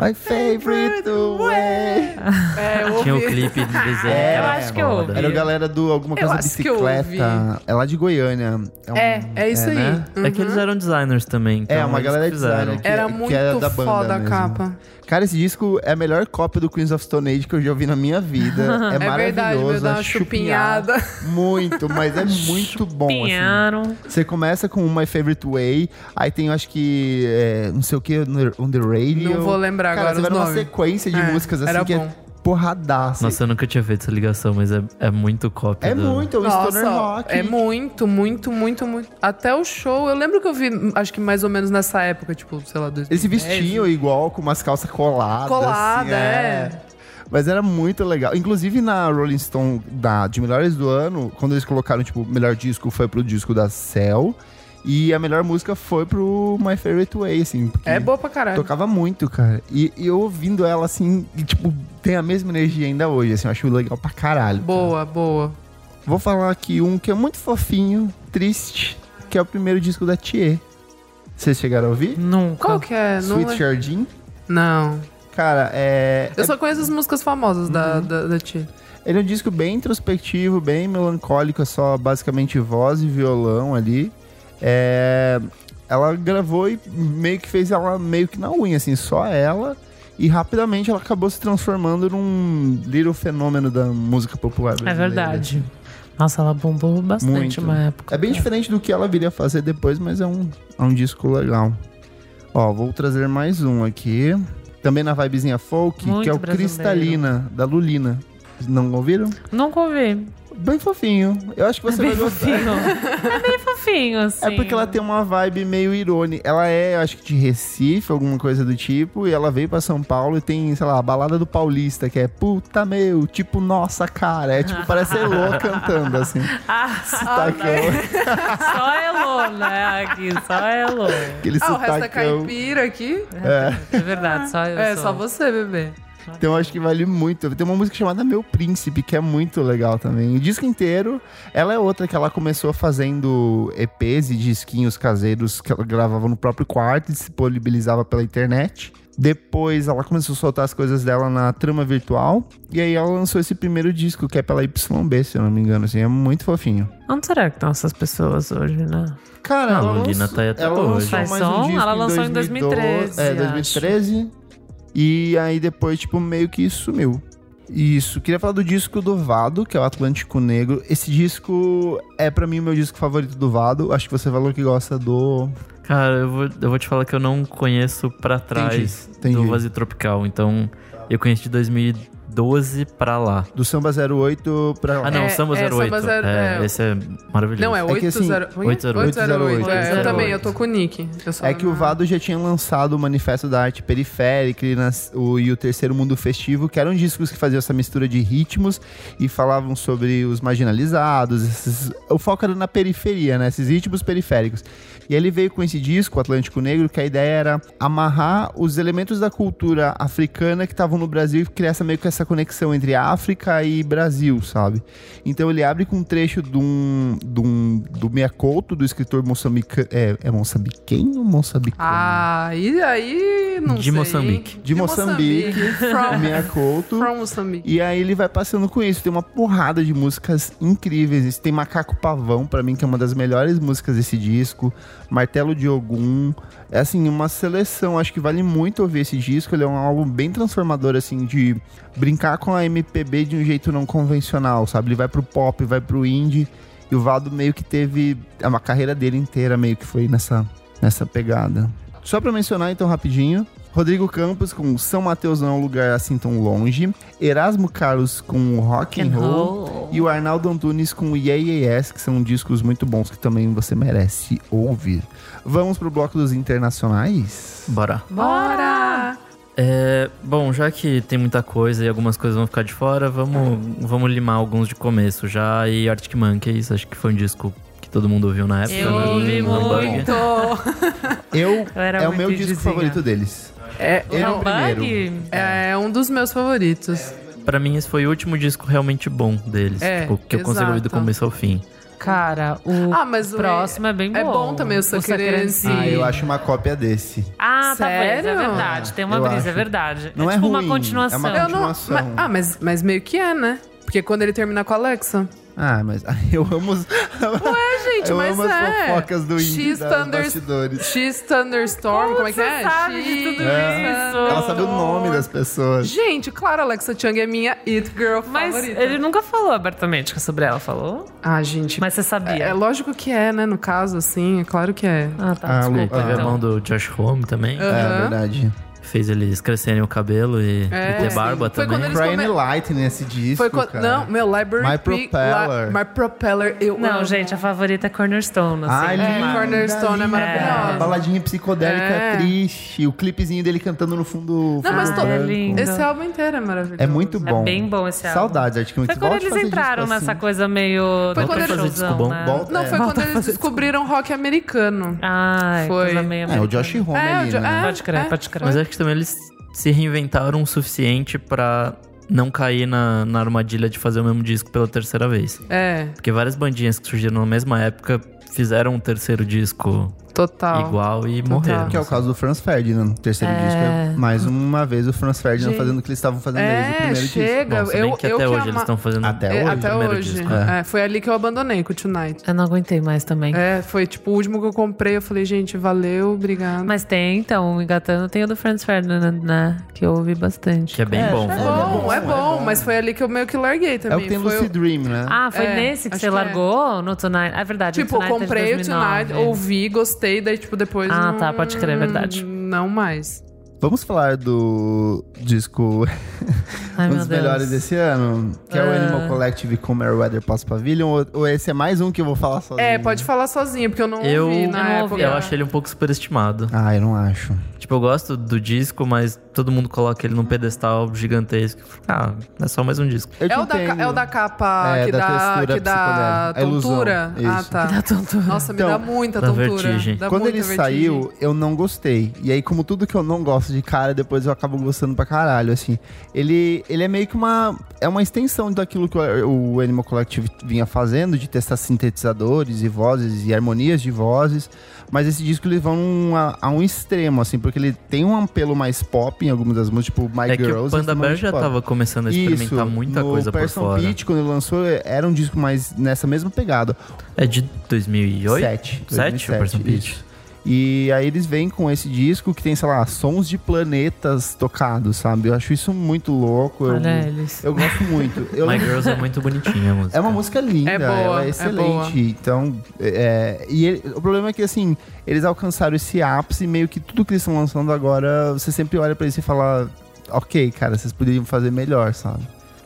My favorite way.
É, eu
um
Tinha o
ouvi.
clipe de desenho.
É,
que era
eu acho que eu
foda.
ouvi.
Era o galera do Alguma
Eu
Coisa
acho que eu
Bicicleta. É lá de Goiânia. um-
É, é isso aí.
né?
É que eles eram designers também. Então
É, uma
eles
galera de
fizeram.
designer que,
Era
que
muito
era da banda
foda a
mesmo.
capa.
Cara, esse disco é a melhor cópia do Queens of Stone Age que eu já ouvi na minha vida. É,
É,
maravilhoso.
verdade, vai dar
a
uma
chupinhada.
chupinhada.
Muito, mas é muito bom, assim.
Pinharam.
Você começa com My Favorite Way, aí tem, eu acho que, é, não sei o que, on the- on the radio.
Não vou lembrar
Cara,
agora
você
os
vai numa
nomes.
sequência de
É,
músicas assim
era
que é
bom.
porradaça.
Nossa, eu nunca tinha feito essa ligação, mas é, é muito cópia.
é
do-
muito, é um
Nossa,
stoner rock.
É muito, muito, muito, muito. Até o show, eu lembro que eu vi, acho que mais ou menos nessa época, tipo, sei lá, dois
Eles se vestiam igual, com umas calças coladas.
Colada, é.
assim, Mas era muito legal. Inclusive na Rolling Stone da, de melhores do ano, quando eles colocaram, tipo, melhor disco foi pro disco da Cell. E a melhor música foi pro My Favorite Way, assim. porque
É boa pra caralho.
Tocava muito, cara. E, e eu ouvindo ela, assim, e, tipo, tem a mesma energia ainda hoje, assim. Eu acho legal pra caralho.
Boa, boa.
Vou falar aqui um que é muito fofinho, triste, que é o primeiro disco da Thier. Vocês chegaram a ouvir?
Nunca.
Qual que é? Não
Sweet
lem-
Jardim.
Não.
Cara, é. Uhum.
Eu só conheço as músicas famosas da, da, da Ti.
Ele é um disco bem introspectivo, bem melancólico, é só basicamente voz e violão ali. É, ela gravou e meio que fez ela meio que na unha, assim, só ela. E rapidamente ela acabou se transformando num little fenômeno da música popular
É
brasileira.
verdade. Nossa, ela bombou
Muito.
bastante uma época.
É bem diferente do que ela viria a fazer depois, mas é um, é um disco legal. Ó, vou trazer mais um aqui. Também na vibezinha folk,
Muito
que é o
brasileiro.
Cristalina, da Lulina. Não ouviram?
Nunca ouvi.
Bem fofinho. Eu acho que você
é
vai
bem
gostar.
fofinho. é bem fofinho, assim.
É porque ela tem uma vibe meio irônica. Ela é, eu acho que de Recife, alguma coisa do tipo, e ela veio pra São Paulo e tem, sei lá, a balada do paulista, que é puta meu, tipo, nossa cara. É tipo, parece Elô cantando, assim.
Ah,
Tacão,
só Elô, né? Aqui, só Elô.
aquele
Ah, o resto é
sotacão.
caipira aqui.
É verdade, só eu
É,
sou.
só você, bebê.
Então eu acho que vale muito. Tem uma música chamada Meu Príncipe, que é muito legal também. O disco inteiro, ela é outra que ela começou fazendo EPs e disquinhos caseiros que ela gravava no próprio quarto e disponibilizava pela internet. Depois ela começou a soltar as coisas dela na trama virtual. E aí ela lançou esse primeiro disco, que é pela YB, se eu não me engano. Assim, é muito fofinho.
Onde será que estão essas pessoas hoje, né?
Cara,
Ah,
ela
Lulina
lançou-
tá aí até
ela
hoje.
lançou
Faz
mais um
som?
disco
Ela lançou em
2012, É, 2013. E aí depois, tipo, meio que sumiu. Isso. Queria falar do disco do Vado, que é o Atlântico Negro. Esse disco é pra mim o meu disco favorito do Vado. Acho que você falou que gosta do.
Cara, eu vou, eu vou te falar que eu não conheço pra trás
entendi.
do Vazio Tropical. Então, eu conheço de 2012 pra lá.
Do Samba 08 pra.
Ah, não,
É,
Samba
é,
08.
Samba zero-
é,
é.
Esse é maravilhoso.
Não, é
É que
80...
assim,
808.
808.
É, eu
808.
também, eu tô com o Nick. Eu só
É que o
não-
Vado já tinha lançado o Manifesto da Arte Periférica e, nas- o, e o Terceiro Mundo Festivo, que eram discos que faziam essa mistura de ritmos e falavam sobre os marginalizados. esses- o foco era na periferia, né? Esses ritmos periféricos. E ele veio com esse disco, Atlântico Negro, que a ideia era amarrar os elementos da cultura africana que estavam no Brasil e criar essa, meio que essa conexão entre África e Brasil, sabe? Então ele abre com um trecho de um, de um, do Mia Couto, do escritor moçambicano. É, é moçambiquenho? Moçambicano.
Ah, e aí, não
De
sei.
Moçambique.
De Moçambique.
From,
Mia Couto.
from Moçambique.
E aí ele vai passando com isso. Tem uma porrada de músicas incríveis. Tem Macaco Pavão, pra mim, que é uma das melhores músicas desse disco. Martelo de Ogum. É assim, uma seleção. Acho que vale muito ouvir esse disco. Ele é um álbum bem transformador, assim, de brincar com a MPB de um jeito não convencional, sabe? Ele vai pro pop, vai pro indie. E o Vado meio que teve. A carreira dele inteira meio que foi nessa, nessa pegada. Só pra mencionar, então, rapidinho. Rodrigo Campos com São Mateus não é um lugar assim tão longe. Erasmo Carlos com o Rock and Roll. E o Arnaldo Antunes com o Yeah Yeah Yes, que são discos muito bons que também você merece ouvir. Vamos pro bloco dos internacionais?
Bora.
Bora!
É, bom, já que tem muita coisa e algumas coisas vão ficar de fora, vamos, vamos limar alguns de começo já. E Arctic Monkeys, acho que foi um disco que todo mundo ouviu na época.
Eu
né?
ouvi
No Hamburger.
muito.
Tô.
Eu
Eu era
é o
muito
meu disco
indizinha.
favorito deles.
É,
Ele é
um
o primeiro.
é um dos meus favoritos.
Pra mim, esse foi o último disco realmente bom deles.
É,
tipo, que eu consegui ouvir do
exato.
começo ao fim.
Cara, o
Ah, mas o-
próximo é bem bom.
é bom também, o Saquerense.
Ah, eu acho uma cópia desse.
Ah, tá
Sério?
bom, é verdade. Tem uma
Eu
brisa,
acho.
é verdade.
Não é
tipo
ruim,
uma
é uma-
continuação.
Eu não, mas,
Continuação.
ah, mas, mas meio que é, né? Porque quando ele terminar com a Alexa.
Ah, mas eu amo os...
É, gente,
eu
mas
amo as
é.
fofocas do indie
X
da- dos
Thunder-
bastidores.
X Thunderstorm, como, é que
você
é?
sabe de
X-
tudo isso?
É. Ela sabe o nome das pessoas.
Gente, claro, Alexa Chung é minha It Girl
Mas
favorita.
ele nunca falou abertamente é sobre ela, falou?
Ah, gente.
Mas você sabia.
é, é lógico que é, né? No caso, assim, é claro que é.
Ah, tá.
Ah,
É,
Lu-
desculpa.
teve a
então.
Ah.
mão do Josh Homme também.
É
Aham.
verdade.
fez eles crescerem o cabelo e,
É.
e ter barba
Foi
também.
quando eles
Crying
come-
Lightning esse disco,
Foi quando.
cara.
Não, meu, Library
é. My
Pic-
Propeller.
La- My Propeller, eu
Não,
amo.
gente, a favorita é Cornerstone, assim.
Ai,
É,
linda,
Cornerstone é
linda.
maravilhosa.
A Ah, baladinha psicodélica
É.
triste, o clipezinho dele cantando no fundo.
Não, mas
fundo
tô-
branco.
É lindo.
Esse álbum inteiro é maravilhoso.
É muito bom.
bem bom esse álbum.
Saudades, Arctic Monkeys.
Foi quando
Volte a
eles
fazer
entraram
disco assim.
nessa coisa meio.
Foi
do
quando eles-
showzão,
Fazer disco bom.
né?
Volta-
Não, foi
É.
quando eles descobriram rock americano.
Ai,
Foi.
coisa meio.
É, o Josh Homme
É, o
ali,
Jo-
né?
é.
Pode crer, pode crer.
Mas acho que também eles se reinventaram o suficiente pra não cair na, na armadilha de fazer o mesmo disco pela terceira vez.
É,
Porque várias bandinhas que surgiram na mesma época fizeram um terceiro disco
total.
igual e
Total.
morreram.
Que é o caso do Franz Ferdinand, no terceiro
É.
disco. é Mais uma vez o Franz Ferdinand
Gente.
fazendo o que eles estavam fazendo desde o
É,
primeiro disco.
chega.
Bom, se bem
eu,
que
eu
até hoje
ama-
eles estão fazendo
Até
É,
hoje,
até
primeiro
hoje.
disco,
É, foi ali que eu abandonei com o Tonight.
Eu não aguentei mais também.
É, foi tipo o último que eu comprei. Eu falei, gente, valeu, obrigado.
Mas tem, então, o engatando, tem o do Franz Ferdinand, né? Que eu ouvi bastante.
que é bem bom.
é,
é
bom,
bom,
é
é
bom,
bom.
mas foi ali que eu meio que larguei
É
também.
o que tem
foi
Lucy Dream, né?
Ah, foi
É,
nesse que
acho
você
que é.
largou no Tonight. Ah, É verdade.
Tipo, eu
Tonight é de
comprei o
2009.
Tonight, ouvi, gostei, daí tipo depois...
Ah,
não-
tá, pode crer, é verdade.
Não mais.
Vamos falar do disco,
Ai,
um
meu
dos
Deus.
melhores desse ano, que
Ah.
é o Animal Collective com Weather Post Pavilion, ou, ou esse é mais um que eu vou falar sozinho?
É, pode falar sozinha, porque eu não
Eu,
ouvi na
não
época.
ouvi,
eu acho ele um pouco superestimado.
Ah, eu não acho.
Tipo, eu gosto do disco, mas todo mundo coloca ele num pedestal gigantesco. Ah, é só mais um disco.
Eu
É
te
o, da, ca-
entendo.
é o da capa
É,
que
da
dá,
textura
que dá
psicodélica. A ilusão,
tontura? Ah,
isso.
tá.
Tá tonto.
Nossa, me
Então,
dá muita
dá
tontura.
vertigem.
Dá
Quando
muita
ele
vertigem.
saiu, eu não gostei. E aí, como tudo que eu não gosto de cara, depois eu acabo gostando pra caralho, assim. Ele, ele é meio que uma... É uma extensão daquilo que o o Animal Collective vinha fazendo, de testar sintetizadores e vozes e harmonias de vozes. Mas esse disco, eles vão a, a um extremo, assim, porque ele tem um apelo mais pop em algumas das músicas, tipo My
é que o
Girls.
Panda Bear
Bird
já tava começando a experimentar muita
no
coisa por
Person
fora.
Pit, quando ele lançou, era um disco mais nessa mesma pegada.
É de 2008?
Sete.
7? o
2007,
Person
isso.
Pit?
E aí eles vêm com esse disco que tem, sei lá, sons de planetas tocados, sabe? Eu acho isso muito louco. Eu,
Olha eles.
eu gosto muito. Eu-
My Girls é muito bonitinha a música.
é uma música linda,
É boa,
ela
é
é excelente.
boa.
Então, é, e ele- o problema é que assim, eles alcançaram esse ápice, meio que tudo que eles estão lançando agora, você sempre olha pra isso e fala, ok, cara, vocês poderiam fazer melhor, sabe?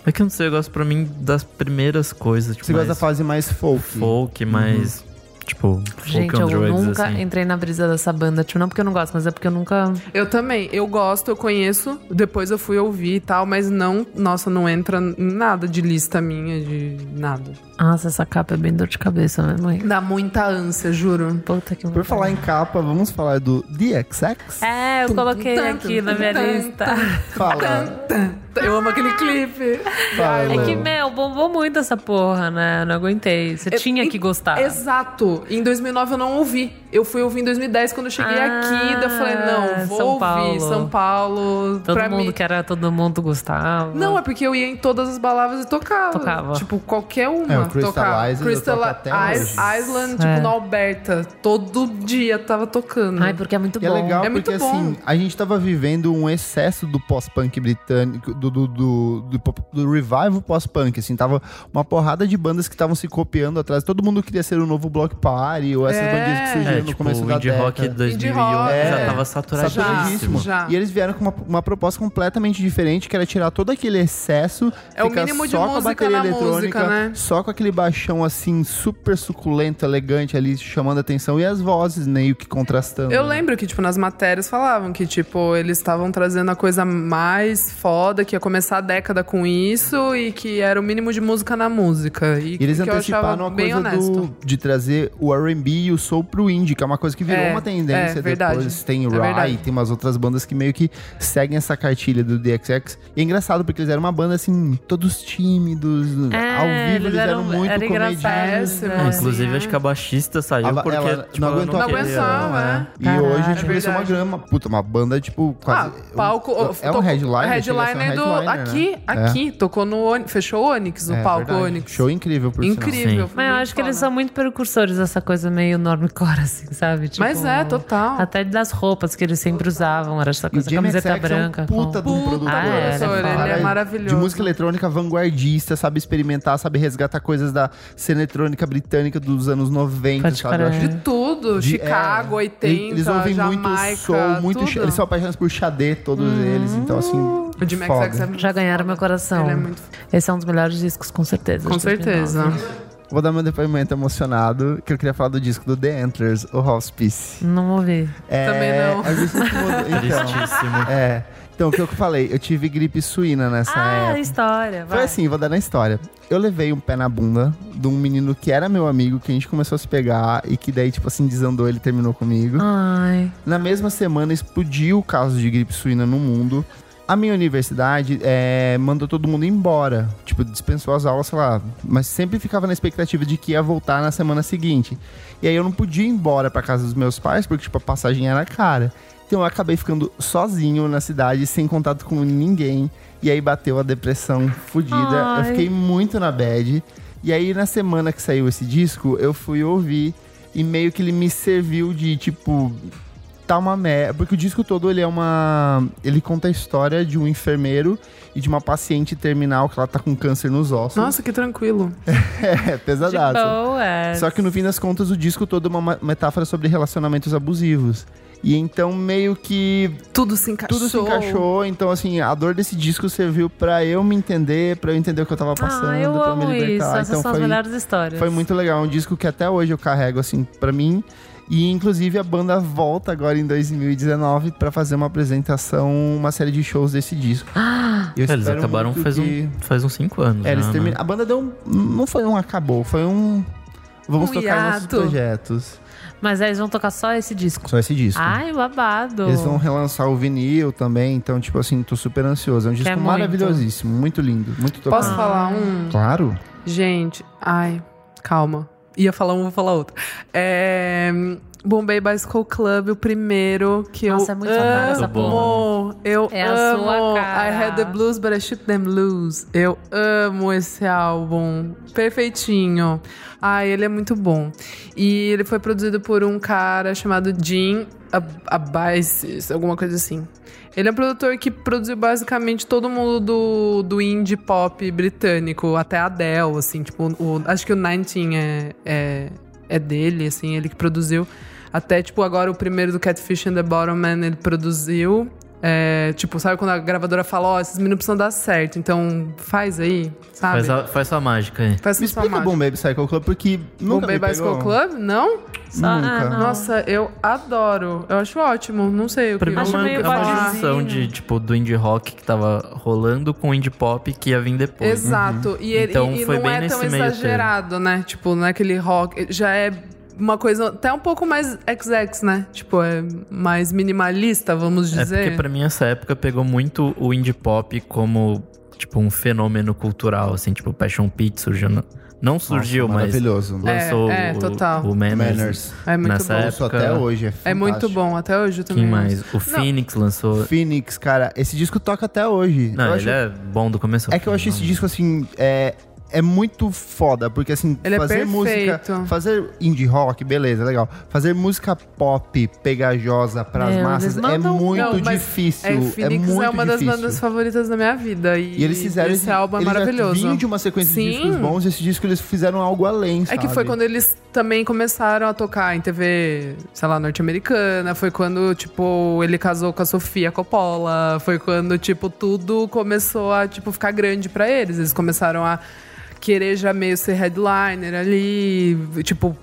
É que eu não sei, eu gosto pra mim das primeiras coisas. Tipo,
Você gosta da
mais
fase Uhum. mais folk.
folk, mais. Tipo,
Gente,
folk
eu
on drugs,
nunca
assim.
entrei na brisa dessa banda. Tipo, não porque eu não gosto, mas é porque eu nunca.
Eu também. Eu gosto, eu conheço. Depois eu fui ouvir e tal, mas não. Nossa, não entra em nada de lista minha, de nada.
Nossa, essa capa é bem dor de cabeça, né, mãe?
Dá muita ânsia, juro.
Puta que
Por falar em capa, vamos falar do The XX?
É, eu coloquei
tum,
aqui na minha
tum, tum,
lista.
Fala.
Eu amo aquele clipe.
fala.
É que, meu, bombou muito essa porra, né? Eu Não aguentei. Você tinha que gostar.
Exato. Em 2009 eu não ouvi. Eu fui ouvir em 2010 quando eu cheguei
Ah,
aqui. Daí eu falei, não, vou
São
ouvir
Paulo.
São Paulo.
Todo
pra
mundo
mim.
que era todo mundo gostava.
Não, é porque eu ia em todas as baladas e tocava.
Tocava.
Tipo, qualquer uma.
É, o Crystal
tocava.
Island eu toco até
Is-
hoje.
Island, tipo,
É.
na Alberta. Todo dia tava tocando.
Ai, porque é muito
E é
bom.
legal
É muito
porque,
bom.
assim, a gente tava vivendo um excesso do pós-punk britânico, do, do, do, do, pop- do revival pós-punk, assim, tava uma porrada de bandas que estavam se copiando atrás. Todo mundo queria ser o novo Block Party, ou essas
É.
bandas que surgiram
É,
no
tipo,
começo
o
da
indie
década.
rock de 2001
rock,
já
é.
tava saturadíssimo.
Saturadíssimo.
Já.
E eles vieram com uma, uma proposta completamente diferente, que era tirar todo aquele excesso,
É o
ficar
mínimo de
só com a
música
bateria
na
eletrônica,
música, né?
só com aquele baixão assim super suculento, elegante ali chamando atenção e as vozes meio que contrastando.
Eu
né?
lembro que, tipo, nas matérias falavam que, tipo, eles estavam trazendo a coisa mais foda, que ia começar a década com isso e que era o mínimo de música na música. E,
E eles
que eu achava
anteciparam a
bem
coisa
honesto.
do, de trazer o R&B e o soul pro indie, que é uma coisa que virou
É,
uma tendência
é, verdade.
depois. Tem
É
o Rye,
verdade.
tem umas outras bandas que meio que seguem essa cartilha do DXX. E é engraçado, porque eles eram uma banda, assim, todos tímidos.
É,
né? ao vivo eles,
eles
eram,
eram-
muito
era
comediantes.
engraçado.
né?
Péssimo.
É.
Não,
assim,
inclusive,
é.
acho que a baixista saiu
Ela-
porque
ela
tipo,
não
ela
aguentou
Não
a
queria-
aguentava, né?
E
Caralho.
hoje, tipo,
É
eles são uma
verdade.
grama. Puta, uma banda, tipo, quase...
Ah, palco-
É um
tocou-
headliner? chega a ser um
headliner do.
headliner,
Aqui,
né?
aqui. Tocou no. Oni- Fechou o Onix, no
É,
palco
verdade.
Onix.
Show incrível, por sinal.
Incrível.
Sim.
foi
Mas eu
muito
acho que eles
foda.
são muito precursores dessa coisa meio normcore, assim, sabe? Tipo,
Mas é, total.
Até das roupas que eles sempre usavam, era essa
E o
coisa,
James
camiseta
X
branca.
é um puta
com-
de um produtor.
Puta
produtor,
né,
ele é
cara?
maravilhoso.
De música eletrônica vanguardista, sabe experimentar, sabe resgatar coisas da cena eletrônica britânica dos anos 90,
Pode
sabe? Eu
crer.
acho
De tudo.
de-
Chicago,
é,
80,
Eles ouvem
Jamaica,
muito soul, muito
tudo. Hum.
ch- eles são apaixonados por xadê, todos eles. Então, assim.
O Jimmy
foda.
XX é muito
Já ganharam meu coração.
Ele é muito
Esse é um dos melhores discos, com certeza.
Com
de 2009.
certeza.
Vou dar meu depoimento emocionado, que eu queria falar do disco do The Antlers, o Hospice.
Não ouvi.
É,
Também não.
é um disco que mudou- então,
Tristíssimo.
é. Então, o que eu falei? Eu tive gripe suína nessa
Ah,
época.
história. Vai.
Foi assim, vou dar na história. Eu levei um pé na bunda de um menino que era meu amigo, que a gente começou a se pegar e que daí, tipo assim, desandou, ele terminou comigo.
Ai.
Na mesma semana explodiu o caso de gripe suína no mundo. A minha universidade é, mandou todo mundo embora. Tipo, dispensou as aulas, sei lá. Mas sempre ficava na expectativa de que ia voltar na semana seguinte. E aí eu não podia ir embora pra casa dos meus pais, porque, tipo, a passagem era cara. Então eu acabei ficando sozinho na cidade, sem contato com ninguém. E aí bateu a depressão fodida.
Ai.
Eu fiquei muito na bad. E aí, na semana que saiu esse disco, eu fui ouvir. E meio que ele me serviu de, tipo, tá uma merda. Porque o disco todo ele é uma. Ele conta a história de um enfermeiro e de uma paciente terminal que ela tá com câncer nos ossos.
Nossa, que tranquilo.
É,
De
pesadaço.
boa.
Só que no fim das contas, o disco todo é uma ma- metáfora sobre relacionamentos abusivos. E então, meio que
Tudo se encaixou.
tudo se encaixou. Então, assim, a dor desse disco serviu pra eu me entender, pra eu entender o que eu tava passando,
Ah, eu
pra
amo
me
isso.
libertar.
Essas
então,
são as melhores histórias.
foi muito legal, é um disco que até hoje eu carrego assim pra mim. E inclusive a banda volta agora em 2019 pra fazer uma apresentação, uma série de shows desse disco. Eu
É, Eles
espero
acabaram
muito
faz,
que-
um, faz uns 5 anos.
É, eles
já, né?
terminam- A banda deu um... não foi um acabou, foi um vamos
Um
tocar nossos
hiato.
projetos.
Mas aí eles vão tocar só esse disco.
Só esse disco.
Ai, babado.
Eles vão relançar o vinil também, então tipo assim, tô super ansioso. É um disco
muito.
maravilhosíssimo, muito lindo, muito tocante.
Posso falar um?
Claro.
Gente, ai, calma. Ia falar um, vou falar outro. É, Bombay Bicycle Club, o primeiro que
Nossa, é
eu
muito
amo.
saudável
essa
bom. Eu
É a
amo.
sua cara.
I had the blues, but I shoot them loose. Eu amo esse álbum. Perfeitinho. Ai, ele é muito bom. E ele foi produzido por um cara chamado Jim Ab- Abaisis, alguma coisa assim. Ele é um produtor que produziu basicamente todo mundo do, do indie pop britânico, até a Adele, assim, tipo, o- acho que o 19 é, é, é dele, assim, ele que produziu. Até, tipo, agora o primeiro do Catfish and the Bottom Man, ele produziu. É, tipo, sabe quando a gravadora fala, ó, esses meninos precisam dar certo, então faz aí,
Ah,
sabe?
Faz, a- faz sua mágica aí.
Faz
Me
sua
explica o
mágica.
Bombay Cycle Club, porque nunca
Bombay
me pegou.
Bicycle Club? Não?
Só-
Nunca.
Ah, não.
Nossa, eu adoro. Eu acho ótimo. Não sei o que
Pra mim é
Acho
uma,
meio
é uma
vaginzinho.
junção de, tipo, do indie rock que tava rolando com o indie pop que ia vir
uhum.
depois. né?
Exato. E, ele,
Então,
e
foi
não
bem
é
nesse
tão
meio termo.
exagerado, né? Tipo, não é aquele rock. Já é uma coisa até um pouco mais XX, né? Tipo, é mais minimalista, vamos
É
dizer.
porque pra mim essa época pegou muito o indie pop como, tipo, um fenômeno cultural, assim, tipo, Passion Pit surgiu. na- Não surgiu,
Nossa,
mas
Maravilhoso.
lançou
É, é,
o,
total.
o Manners.
Manners.
É muito
nessa
bom.
época.
Ouço até hoje, é
É muito
fantástico.
bom. Até hoje eu também.
Quem
ouço.
mais? O Phoenix lançou.
Phoenix, cara, esse disco toca até hoje.
Não,
Eu
ele
acho-
é bom do começo. ao
É que eu
fim, né?
acho esse
não-
disco, assim, é, é muito foda, porque, assim,
Ele é
fazer música.
perfeito.
Fazer indie rock, beleza, legal. Fazer música pop pegajosa pras
Meu,
massas
eles
é
mandam-
muito
Não, mas
difícil.
É,
É,
Phoenix é,
muito
uma das
difícil.
bandas favoritas da minha vida. E,
E eles fizeram
esse álbum é
eles já
maravilhoso.
vinham de uma sequência de
Sim.
discos bons, e esse disco eles fizeram algo além,
É
sabe?
que foi quando eles também começaram a tocar em TV, sei lá, norte-americana. Foi quando, tipo, ele casou com a Sofia Coppola. Foi quando, tipo, tudo começou a, tipo, ficar grande pra eles. Eles começaram a querer já meio ser headliner ali, tipo,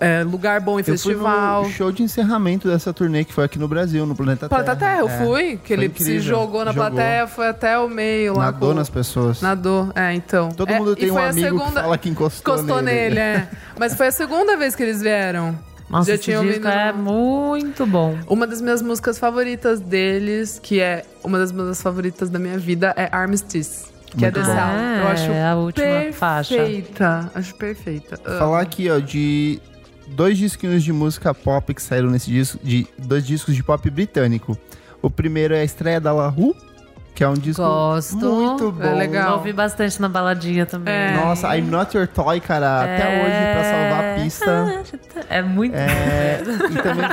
é, lugar bom em
eu
festival.
Fui no show de encerramento dessa turnê que foi aqui no Brasil, no Planeta Terra.
Planeta Terra, eu
É,
fui. Que
foi
ele se
incrível.
jogou na
Jogou.
plateia, foi até o meio lá.
Nadou
com-
nas pessoas.
Nadou, é, então.
Todo
É,
mundo
e
tem um
foi a
amigo que
segunda-
fala que encostou,
Encostou nele, é. Mas foi a segunda vez que eles vieram.
Nossa,
Já
esse
tinha
disco
ouvido-
é muito bom.
Uma das minhas músicas favoritas deles, que é uma das bandas favoritas da minha vida, é Armistice. Que é
Muito
desse
bom.
álbum. Eu
É,
acho
a última
perfeita.
faixa.
Acho perfeita. Ah,
Falar aqui, ó, de dois disquinhos de música pop que saíram nesse disco, de dois discos de pop britânico. O primeiro é a estreia da La Who, que é um disco
Gosto.
muito bom.
É legal.
Eu ouvi bastante na baladinha também.
É.
Nossa, I'm Not Your Toy, cara, até hoje pra salvar a pista.
É muito.
É, e também.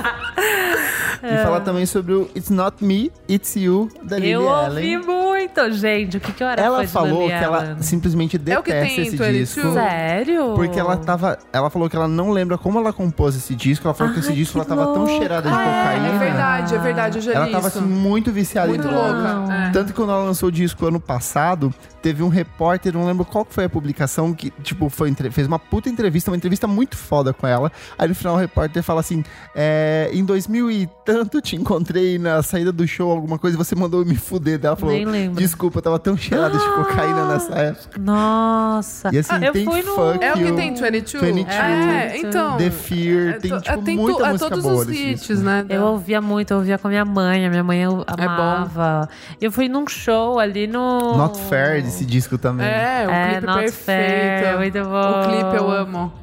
E falar também sobre o It's Not Me, It's You, da Lily
Eu ouvi
Allen.
muito, gente. O que, que eu era fã
Ela
de
falou
Lily
que ela
Allen?
simplesmente
É o que
detesta
tem em
esse
22.
disco.
Sério?
Porque ela tá- tava. Ela falou que ela não lembra como ela compôs esse disco. Ela falou que esse
Ai,
disco
que
ela tava tão
louca.
cheirada de
Ah,
cocaína.
É verdade, é verdade, eu já
Ela
li
tava
isso.
assim, muito viciada
Muito
em droga.
louca. é.
Tanto que quando ela lançou o disco ano passado, teve um repórter, não lembro qual que foi a publicação, que, tipo, foi, entre- fez uma puta entrevista, uma entrevista muito foda com ela. Aí no final o repórter fala assim: é, em 2000 e tanto te encontrei na saída do show, alguma coisa, e você mandou eu me fuder. Daí Ela falou:
Nem lembro. Ah,
Desculpa, eu tava tão cheirada de cocaína nessa época.
Nossa. Ah,
E assim,
eu
tem
fui no.
fuck
É o que
you,
tem 22?
22,
É, então.
The Fear, tem,
to-
tipo,
tem tu-
muita
é
música
todos
boa
os
nesse
hits,
disco.
né?
Eu ouvia muito, eu ouvia com a minha mãe. A minha mãe eu
É
amava. eu fui num show ali no.
Not Fair desse disco também.
É, o
É,
clipe
Not
perfeito.
Fair, é muito bom.
O clipe eu amo.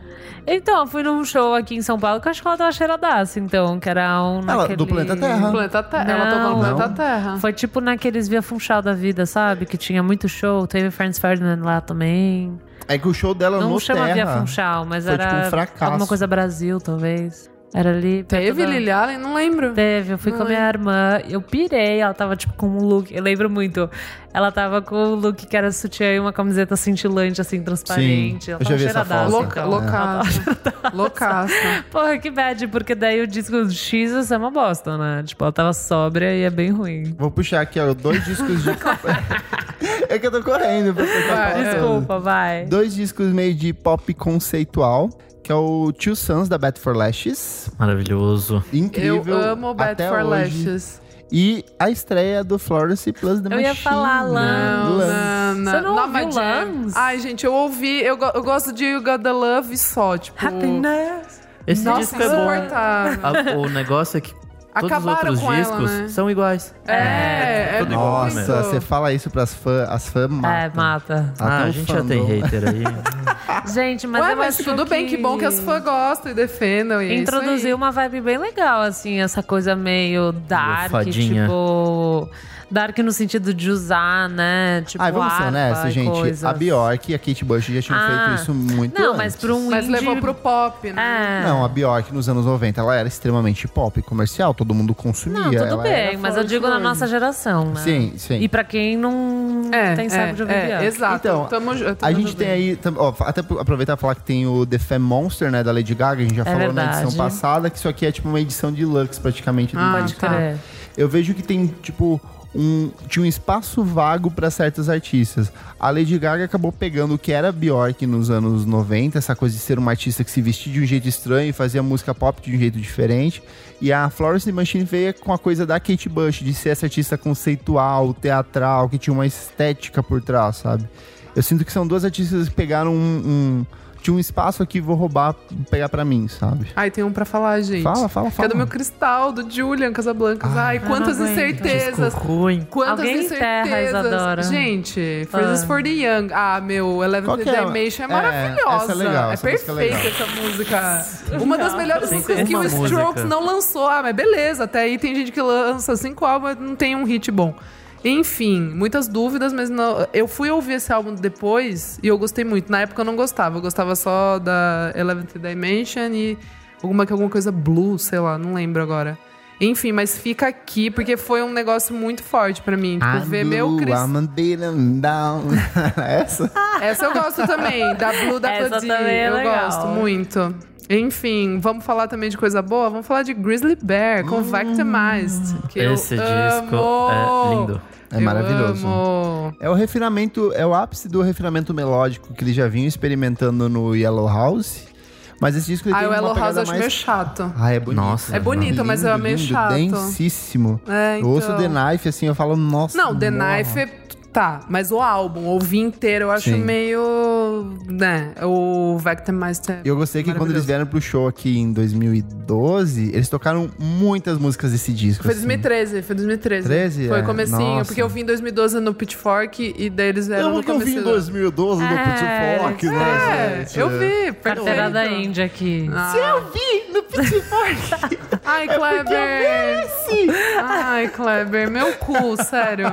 Então, eu fui num show aqui em São Paulo que eu acho que ela tava cheiradaça, então, que era um.
Ela-
naquele...
do Planeta Terra.
Planeta Terra. Ela tocou no
Não.
Planeta Terra.
Foi tipo naqueles Via Funchal da vida, sabe? Que tinha muito show. Teve Franz Ferdinand lá também.
É que o show dela
Não
no
chama
Terra...
Via Funchal, mas
foi,
era
tipo, um fracasso.
alguma coisa Brasil, talvez. Era ali. perto
Teve
da-
Lily Allen? Não lembro.
Teve, eu fui
Não
com a minha irmã, eu pirei, ela tava tipo com um look, eu lembro muito. Ela tava com um look que era sutiã e uma camiseta cintilante, assim, transparente. ela
eu já
tava
vi essa
cheiradaça,
foto. É.
Louca,
então.
loucaça. Loucaça.
Porra, que bad, porque daí o disco Jesus é uma bosta, né? Tipo, ela tava sóbria e é bem ruim.
Vou puxar aqui, ó, dois discos de. é que eu tô correndo pra você
Vai,
tá falando.
Ah, Desculpa, vai.
Dois discos meio de pop conceitual, que é o Two Sons da Bat for Lashes.
Maravilhoso.
Incrível.
Eu amo Bad
até
for
hoje.
Lashes.
E a estreia do Florence Plus The
Eu ia
Machine.
falar Lance.
Lance.
Não,
Você não
Not my
ouviu
jam.
Lance?
Ai, gente, eu ouvi. Eu, go- eu gosto de You Got The Love só, tipo...
Happiness.
Esse
Nossa,
disco é bom.
insuportável.
A- o negócio é que todos
Acabaram
os outros
com ela,
discos
né?
são iguais.
É, é,
Tudo igual
Nossa,
mesmo.
você fala isso pras fãs, as fãs
É,
matam.
mata.
Até
Ah,
o
a gente já tem
fandom.
hater aí.
Gente, mas
Ué,
eu
mas
acho
tudo bem, que bom que as fãs gostam e defendam. E é isso aí.
Introduziu uma vibe bem legal, assim, essa coisa meio dark,
fadinha.
tipo. Dark no sentido de usar, né? Tipo,
Ah, vamos ser
harpa e
honestos, gente.
coisas.
A Bjork e a Kate Bush já tinham
Ah,
feito isso muito
Não,
antes.
mas pra um
Mas
indie...
levou pro pop, né?
É.
Não, a Bjork nos anos 90, ela era extremamente pop comercial, todo mundo consumia.
Não, tudo
ela era
bem, mas eu
Florence
digo na
Plus.
nossa geração, né?
Sim, sim.
E pra quem não tem saco de ouvir
é,
Bjork.
Exato.
Então,
Tamo ju-
A
tamo
gente
junto.
tem aí, tam- ó, até pro- aproveitar e falar que tem o The Femme Monster, né, da Lady Gaga, a gente já falou na
verdade.
edição passada, que isso aqui é tipo uma edição deluxe praticamente do
Ah,
disco.
tá.
Crer.
Eu vejo que tem, tipo, um, tinha um espaço vago para certos artistas. A Lady Gaga acabou pegando o que era Bjork nos anos 90, essa coisa de ser uma artista que se vestia de um jeito estranho e fazia música pop de um jeito diferente. E a Florence and the Machine veio com a coisa da Kate Bush, de ser essa artista conceitual, teatral, que tinha uma estética por trás, sabe? Eu sinto que são duas artistas que pegaram um... um tinha um espaço aqui, vou roubar, pegar para mim, sabe?
Ai, tem um pra falar, gente.
Fala, fala,
Que é
fala. Ah,
do meu cristal, do Julian Casablancas. Ai, quantas
não aguento.
incertezas.
Um Disco ruim.
Quantas
Alguém enterra,
incertezas.
Isadora.
Gente, Phrases for the Young. Ah, meu,
Qual
Eleven
que é?
Dimension é
É,
maravilhosa.
essa é legal, essa música
perfeita
é legal.
essa música. Uma das melhores
Tem
músicas que
uma
o
música.
Strokes não lançou. Ah, mas beleza. Até aí tem gente que lança cinco álbuns e não tem um hit bom. Enfim, muitas dúvidas, mas não- eu fui ouvir esse álbum depois e eu gostei muito. Na época eu não gostava, eu gostava só da Eleventh Dimension e alguma, alguma coisa blue, sei lá, não lembro agora. Enfim, mas fica aqui, porque foi um negócio muito forte pra mim. Tipo,
I'm
ver meu
Ah, blue,
cristal.
I'm beaten down. Essa?
Essa eu gosto também, da Blue da
Essa
Claudine.
também é
eu
legal.
gosto muito. Enfim, vamos falar também de coisa boa? Vamos falar de Grizzly Bear
Hum.
com Victimized. Que
Esse
eu
disco
amo.
é lindo.
É
Eu
maravilhoso.
amo.
É o refinamento, é o ápice do refinamento melódico que eles já vinham experimentando no Yellow House. Mas esse disco ele
Ah,
tem
o
uma
Hello House
pegada
eu acho
mais...
meio chato.
Ah, é bonito.
Nossa.
É bonito, mas é meio chato.
Densíssimo.
É,
Eu ouço
então.
The Knife, assim, eu falo, nossa.
Não, The
morra.
Knife, tá. Mas o álbum, ouvir inteiro, eu acho
Sim.
meio... Né, o Victimized é...
Eu gostei que quando eles
maravilhoso.
vieram pro show aqui em 2012, eles tocaram muitas músicas desse disco.
Foi
assim.
2013, foi 2013.
13?
Foi
É,
comecinho,
nossa.
porque eu vi em 2012 no Pitchfork e daí eles vieram
Eu
no
que eu vi
comecinho.
em 2012 no
É,
Pitchfork, né,
É,
gente?
eu vi, perfeito.
Carteirada índia aqui.
Ah,
vi no Pitchfork.
Ai, Kleber! Ai, Kleber, meu cu, sério.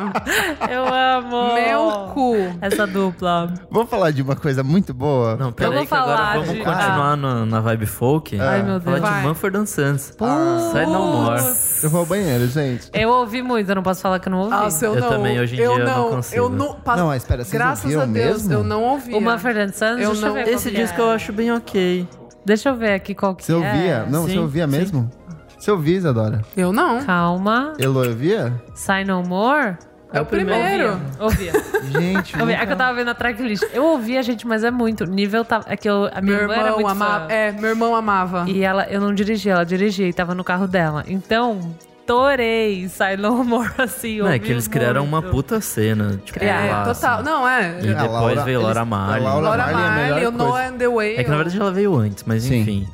Eu amo.
Meu cu.
Essa dupla.
Vamos falar de uma coisa muito boa?
Não, peraí,
vou
que agora
falar
vamos
de- Ah.
continuar na, na vibe folk.
Ai, meu
Falar
Deus.
de
Vai.
Manford and Sons.
Putz.
Sai no more.
Eu vou ao banheiro, gente.
Eu ouvi muito, eu não posso falar que eu não ouvi.
Nossa, Ah, eu,
Eu
não.
também, hoje em
eu
dia, eu não
não.
consigo.
eu não pa-
Não, mas espera, vocês
Graças
ouviram
a Deus,
mesmo?
eu não ouvi.
Uma Fernanda Santos,
Eu
deixa eu
não-
ver qual
Esse
que
disco
é.
eu acho bem ok.
Deixa eu ver aqui qual que
Você ouvia?
é.
não,
sim,
você ouvia
sim.
mesmo? Você ouvia, Isadora?
Eu não.
Calma.
Elo, eu via?
Sign No More?
É o primeiro.
Ouvia.
Gente,
ouvia. É
nunca-
que eu tava vendo a tracklist. Eu ouvia, gente, mas é muito. O Nível tá. É que eu, a minha
Meu
irmã era
irmão
muito fã.
amava. É, meu irmão amava.
E ela, eu não dirigia, ela dirigia e tava no carro dela. Então, torei Sign No More assim.
Não, é
ouvi
que eles criaram
muito.
uma puta cena. Tipo,
É,
lá, assim.
total. Não,
E
é.
A
depois
Laura-
veio Laura
eles-
Marley.
a Laura
Laura
Marley é a
Marley,
melhor
o Noah and the Way.
É que na verdade ela veio antes, mas
Sim.
enfim.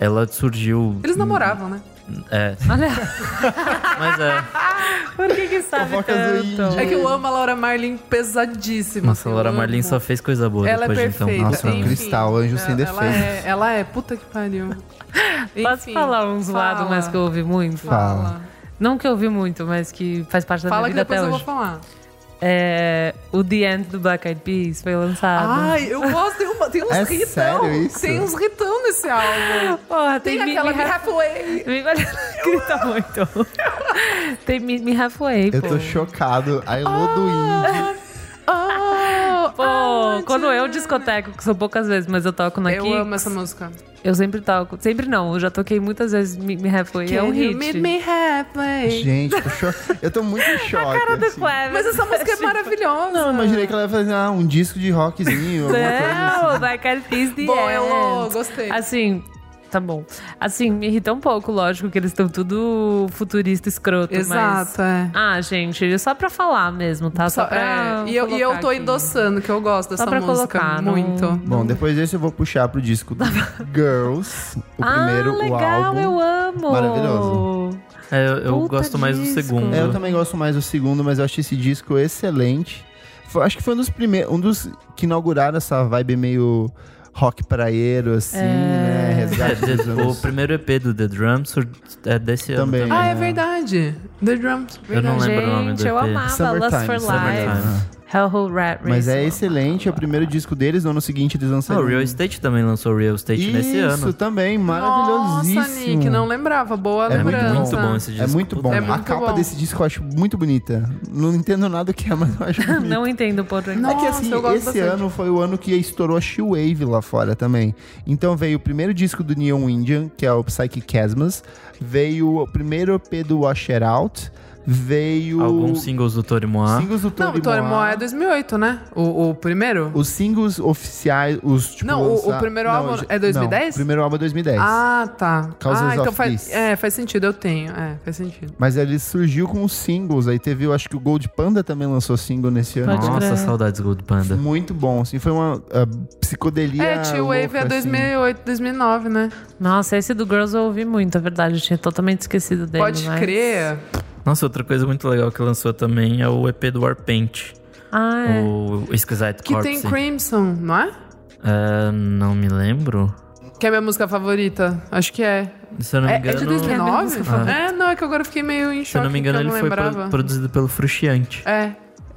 Ela surgiu.
Eles namoravam, né?
É,
Olha,
mas é.
por que que sabe
Fofocas do
tanto?
índio.
É que eu amo a Laura Marlin pesadíssima.
Nossa,
assim,
a Laura
eu
Marlin
amo.
só fez coisa boa
Ela é
depois de então.
perfeita.
Nossa, é um
Enfim,
cristal, anjo
ela-
sem
ela
defeitos.
É, ela é, puta que pariu.
Posso
Enfim,
falar um zoado,
fala,
mas que eu ouvi muito?
Fala.
Não que eu ouvi muito, mas que faz parte da
Fala que
minha vida
depois
até
eu vou
hoje.
falar.
É, o The End do Black Eyed Peas foi lançado.
Ai, eu gosto. Tem, uma, tem uns
É
ritão.
sério isso?
Tem uns ritão nesse álbum.
Porra,
Ah, Tem,
tem, Me-
aquela
Me
Me
Half-
Halfway.
Me- Grita tá muito. tem Me, Me Halfway,
Eu
pô.
tô chocado. A Elo do Índio.
Oh,
Pô,
ah,
quando eu
tchan.
discoteco, que são poucas vezes, mas eu toco na
Eu
Kicks,
amo essa música.
eu sempre toco. Sempre não, eu já toquei muitas vezes Me, me Halfway. é um
Can you
hit.
meet me halfway?
Gente, eu tô cho- eu tô muito em choque. assim.
Mas essa música é maravilhosa.
Não, eu imaginei que ela ia fazer ah, um disco de rockzinho. alguma coisa. assim.
Não, Black Eyed Peas The
Bom, é um
End.
Elô, gostei.
Assim, tá bom. Assim, me irrita um pouco, lógico, que eles estão tudo futurista escroto, mas...
Exato, é.
Ah, gente, só pra falar mesmo, tá? Só,
Só-
pra
é, E eu, e eu
colocar
tô
aqui.
endossando, que eu gosto dessa
Só pra
música
colocar, não-
muito.
Bom, depois desse eu vou puxar pro disco do Girls, o
ah,
primeiro, o
legal,
álbum.
eu amo.
Maravilhoso.
é eu, eu
Puta
gosto mais do
disco.
segundo.
É, eu também gosto mais do segundo, mas eu acho esse disco excelente. Foi- acho que foi um dos primeiros, um dos que inauguraram essa vibe meio rock praieiro, assim, né?
É,
Resgate dos
de- o
anos.
primeiro EP do The Drum sur- é desse
Também.
ano.
Ah, é
né?
verdade. The Drums.
Eu não
Gente,
lembro o nome do
eu
EP.
amava Lust for
Summertime,
É.
Ah,
Life.
é.
Summertime.
Hellhole Rat Race.
Mas é
mano.
excelente, é o primeiro disco deles. No ano seguinte eles
Ah,
lançaram. um.
o Real Estate também lançou Real Estate
Isso,
nesse ano.
também, maravilhosíssimo.
Nossa, Nick, não lembrava. Boa
É muito
lembrança.
Muito bom esse disco.
É muito
puta.
bom.
É muito
a capa
bom.
desse disco eu acho muito bonita. Não entendo nada o que é, mas eu acho bonita.
Não entendo o português.
É que
Nossa,
assim,
eu gosto
esse
bastante.
ano foi o ano que estourou a She-Wave lá fora também. Então veio o primeiro disco do Neon Indian, que é o Psychic Chasmas. Veio o primeiro EP do Wash It Out. Veio...
Alguns singles do Tori Moa.
singles do
Não,
Tony
Vitória
Moa.
Moa é 2008, né? O, o primeiro?
Os singles oficiais, os tipo...
Não, o- o
lança-
primeiro álbum
já-
é 2010?
Não, o primeiro álbum é 2010.
Ah, tá.
Causes
ah, então
of
faz,
Peace.
é, faz sentido, eu tenho. É, faz sentido.
Mas ele surgiu com os singles. Aí teve, eu acho que o Gold Panda também lançou single nesse ano.
Pode
Nossa,
crer.
saudades Gold Panda.
Muito bom, assim, foi uma ah, psicodelia.
é, Tio Wave
louca,
é
assim.
2008, 2009, né?
Nossa, esse do Girls eu ouvi muito, é verdade. Eu tinha totalmente esquecido dele.
Pode
mas-
crer.
Nossa, outra coisa muito legal que lançou também é o EP do Warpaint.
Ah, é.
O Exquisite
Que
Corpse.
tem Crimson, não é?
É, não me lembro.
Que é minha música favorita. Acho que é.
Se eu não me
É, é
engano,
de
Que é a minha
2009?
música
favorita.
É, não, é que agora eu fiquei meio em choque.
se eu não me engano,
que eu
ele
não
foi pro-
lembrava.
produzido pelo Frustiante.
É.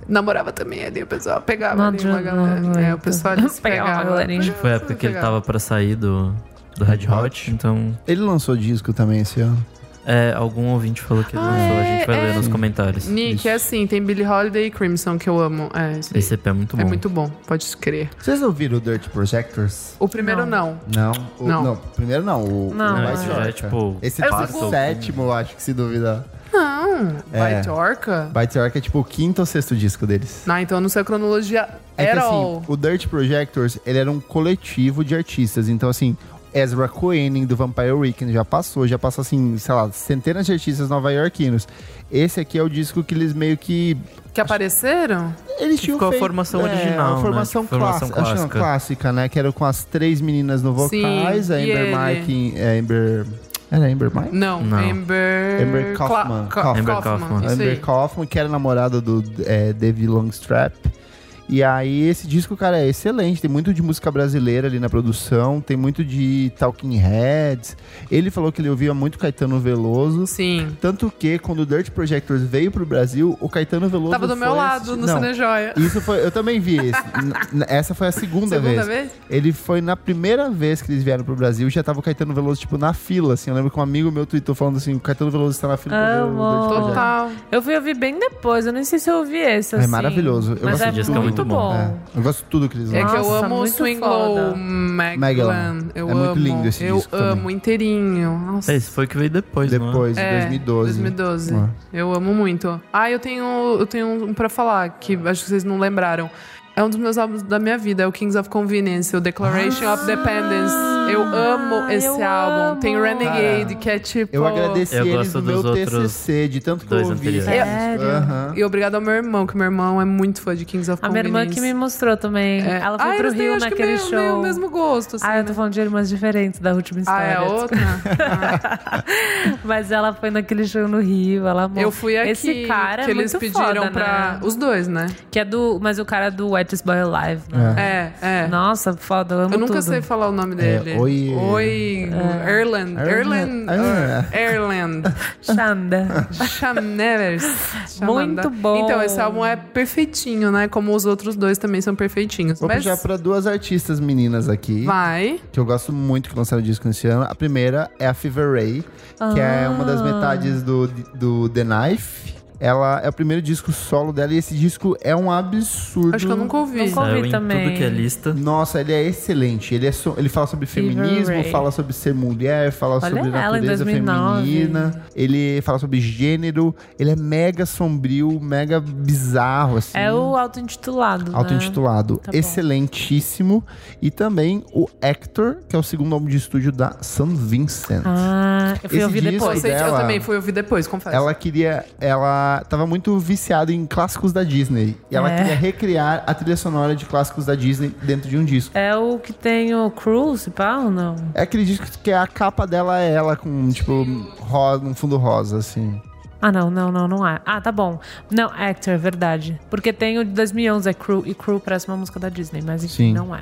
Namorava também ali, o pessoal pegava
Não
ali uma
adianta,
galera.
não
É, o pessoal ali se
Pegava
pegava.
uma galerinha.
Acho que foi a época que ele tava pra sair do, do Red Hot, então
Ele lançou disco também esse ano.
é, algum ouvinte falou que ele
Ah,
lançou, a
é,
gente vai
é.
ler nos comentários.
Nick, é assim, tem Billie Holiday e Crimson que eu amo. É, isso aí.
Esse EP é muito bom.
é muito bom, pode crer.
Vocês ouviram o Dirt Projectors?
O primeiro não.
Não. O-
Não.
Primeiro não. O,
Não,
o
Não,
mas-
White
já é
Orca.
tipo...
Esse
É o
passa o
segundo.
sétimo, eu acho, que se duvidar.
Não.
É.
Bite Orca?
Bite Orca é tipo o quinto ou sexto disco deles.
Não, então eu não sei a cronologia.
É que
at
assim,
all.
o Dirt Projectors, ele era um coletivo de artistas. Então, assim, Ezra Koenig do Vampire Weekend já passou, já passou, assim, sei lá, centenas de artistas nova-iorquinos. Esse aqui é o disco que eles meio que
Que apareceram?
Eles
Que
tinham
ficou a
feito-
formação
é,
original,
A
né?
formação,
Tipo, formação
clássica, acho que não,
clássica.
clássica, né? Que era com as três meninas no vocais,
Sim,
a
e
Amber
ele?
Mike, e- é, Amber. Era Amber Mike?
Não.
Não.
Amber.
Amber Kaufman.
Cla- Ka-
Kaufman.
Amber
Kaufman.
Kaufman.
Isso
Amber
aí.
Kaufman, que era namorada do é, Dave Longstrap. E aí, esse disco, cara, é excelente. Tem muito de música brasileira ali na produção, tem muito de Talking Heads. Ele falou que ele ouvia muito Caetano Veloso.
Sim.
Tanto que, quando o Dirt Projectors veio pro Brasil, o Caetano Veloso.
Tava do meu
foi
lado
assisti-
no
Não,
Cinejoia.
Isso foi. Eu também vi esse. N- Essa foi a segunda,
Segunda
vez.
vez?
Ele foi na primeira vez que eles vieram pro Brasil, já tava o Caetano Veloso, tipo, na fila, assim. Eu lembro que um amigo meu tweetou falando assim: o Caetano Veloso está na fila pra ver o
Amo.
Dirt Projectors.
Total.
Eu fui ouvir bem depois, eu nem sei se eu ouvi esse.
É
Assim.
maravilhoso. Eu
Mas
gosto
é
de disco,
muito, bom.
É, eu gosto de tudo que eles
É
lançam.
que eu
Nossa,
amo o
muito
Swing
foda.
Low Maglan.
Maglan.
Eu
É
amo.
muito lindo esse
Eu
disco
amo
também.
inteirinho. Nossa.
Esse foi o que veio depois, não é?
Depois, em
É,
2012.
2012.
Ah.
Eu amo muito. Ah, eu tenho, eu tenho um pra falar que acho que vocês não lembraram. É um dos meus álbuns da minha vida, é o Kings of Convenience, o Declaration of Dependence. Eu amo esse
Ah, eu
álbum. Tem
amo.
Renegade, que é tipo.
Eu agradeci
Eu
eles
gosto
no meu
dos outros
TCC, de tanto que eu
dois
ouvi.
anteriores.
Sério? Aham.
E obrigado ao meu irmão, que meu irmão é muito fã de Kings of
A minha
Convenience.
irmã que me mostrou também.
É.
Ela foi
ah,
pro
eles têm,
Rio
acho que
naquele
meio-
show.
meio o mesmo gosto, assim.
Ah, eu tô falando de irmãs diferentes da
Ah,
última história.
é outra? Ah.
Mas ela foi naquele show no Rio, ela amou.
Eu fui aqui.
Esse cara
que
é
eles
muito
pediram
foda,
pra.
né?
Os dois, né?
Que é do... Mas o cara é do Whitest Boy Alive, né?
É, é.
Nossa, foda, eu amo
Eu nunca
tudo.
sei falar o nome dele.
É, oi-
Oi.
É.
Erland. Erland.
Erland. Ah.
Erland.
Xanda.
Chamnevers.
Muito bom.
Então, esse álbum é perfeitinho, né? Como os outros dois também são perfeitinhos.
Vou
Mas
puxar pra duas artistas meninas aqui,
vai.
que eu gosto muito que lançaram disco nesse ano. A primeira é a Fever Ray, que é uma
Ah.
das metades do, do The Knife. Ela é o primeiro disco solo dela e esse disco é um absurdo.
Acho que eu nunca ouvi.
Nunca ouvi
Saiu em
também.
tudo que é lista.
Nossa, ele é excelente. Ele, é so- ele fala sobre feminismo,
Ray.
fala sobre ser mulher, fala
Olha
sobre
ela, em
natureza
2009.
feminina. Ele fala sobre gênero. Ele é mega sombrio, mega bizarro, assim.
É o auto-intitulado, né?
Auto-intitulado.
Tá bom.
Excelentíssimo. E também o Hector, que é o segundo álbum de estúdio da San Vincent.
Ah, eu fui
Esse
ouvir
disco
Pô, eu,
depois.
sei- eu
dela-
também fui ouvir depois, confesso.
é Ela é queria. Ela tava muito viciada em clássicos da Disney. E ela
É.
queria recriar a trilha sonora de clássicos da Disney dentro de um disco.
É o que tem o Cruise, pá, ou não?
É aquele disco que a capa dela é ela com, tipo, rosa, um fundo rosa, assim.
Ah, não, não, não, não é. Ah, tá bom. Não, Actor, é verdade. Porque tem o de 2011, é Crew, e Crew parece uma música da Disney, mas enfim,
Sim.
não é.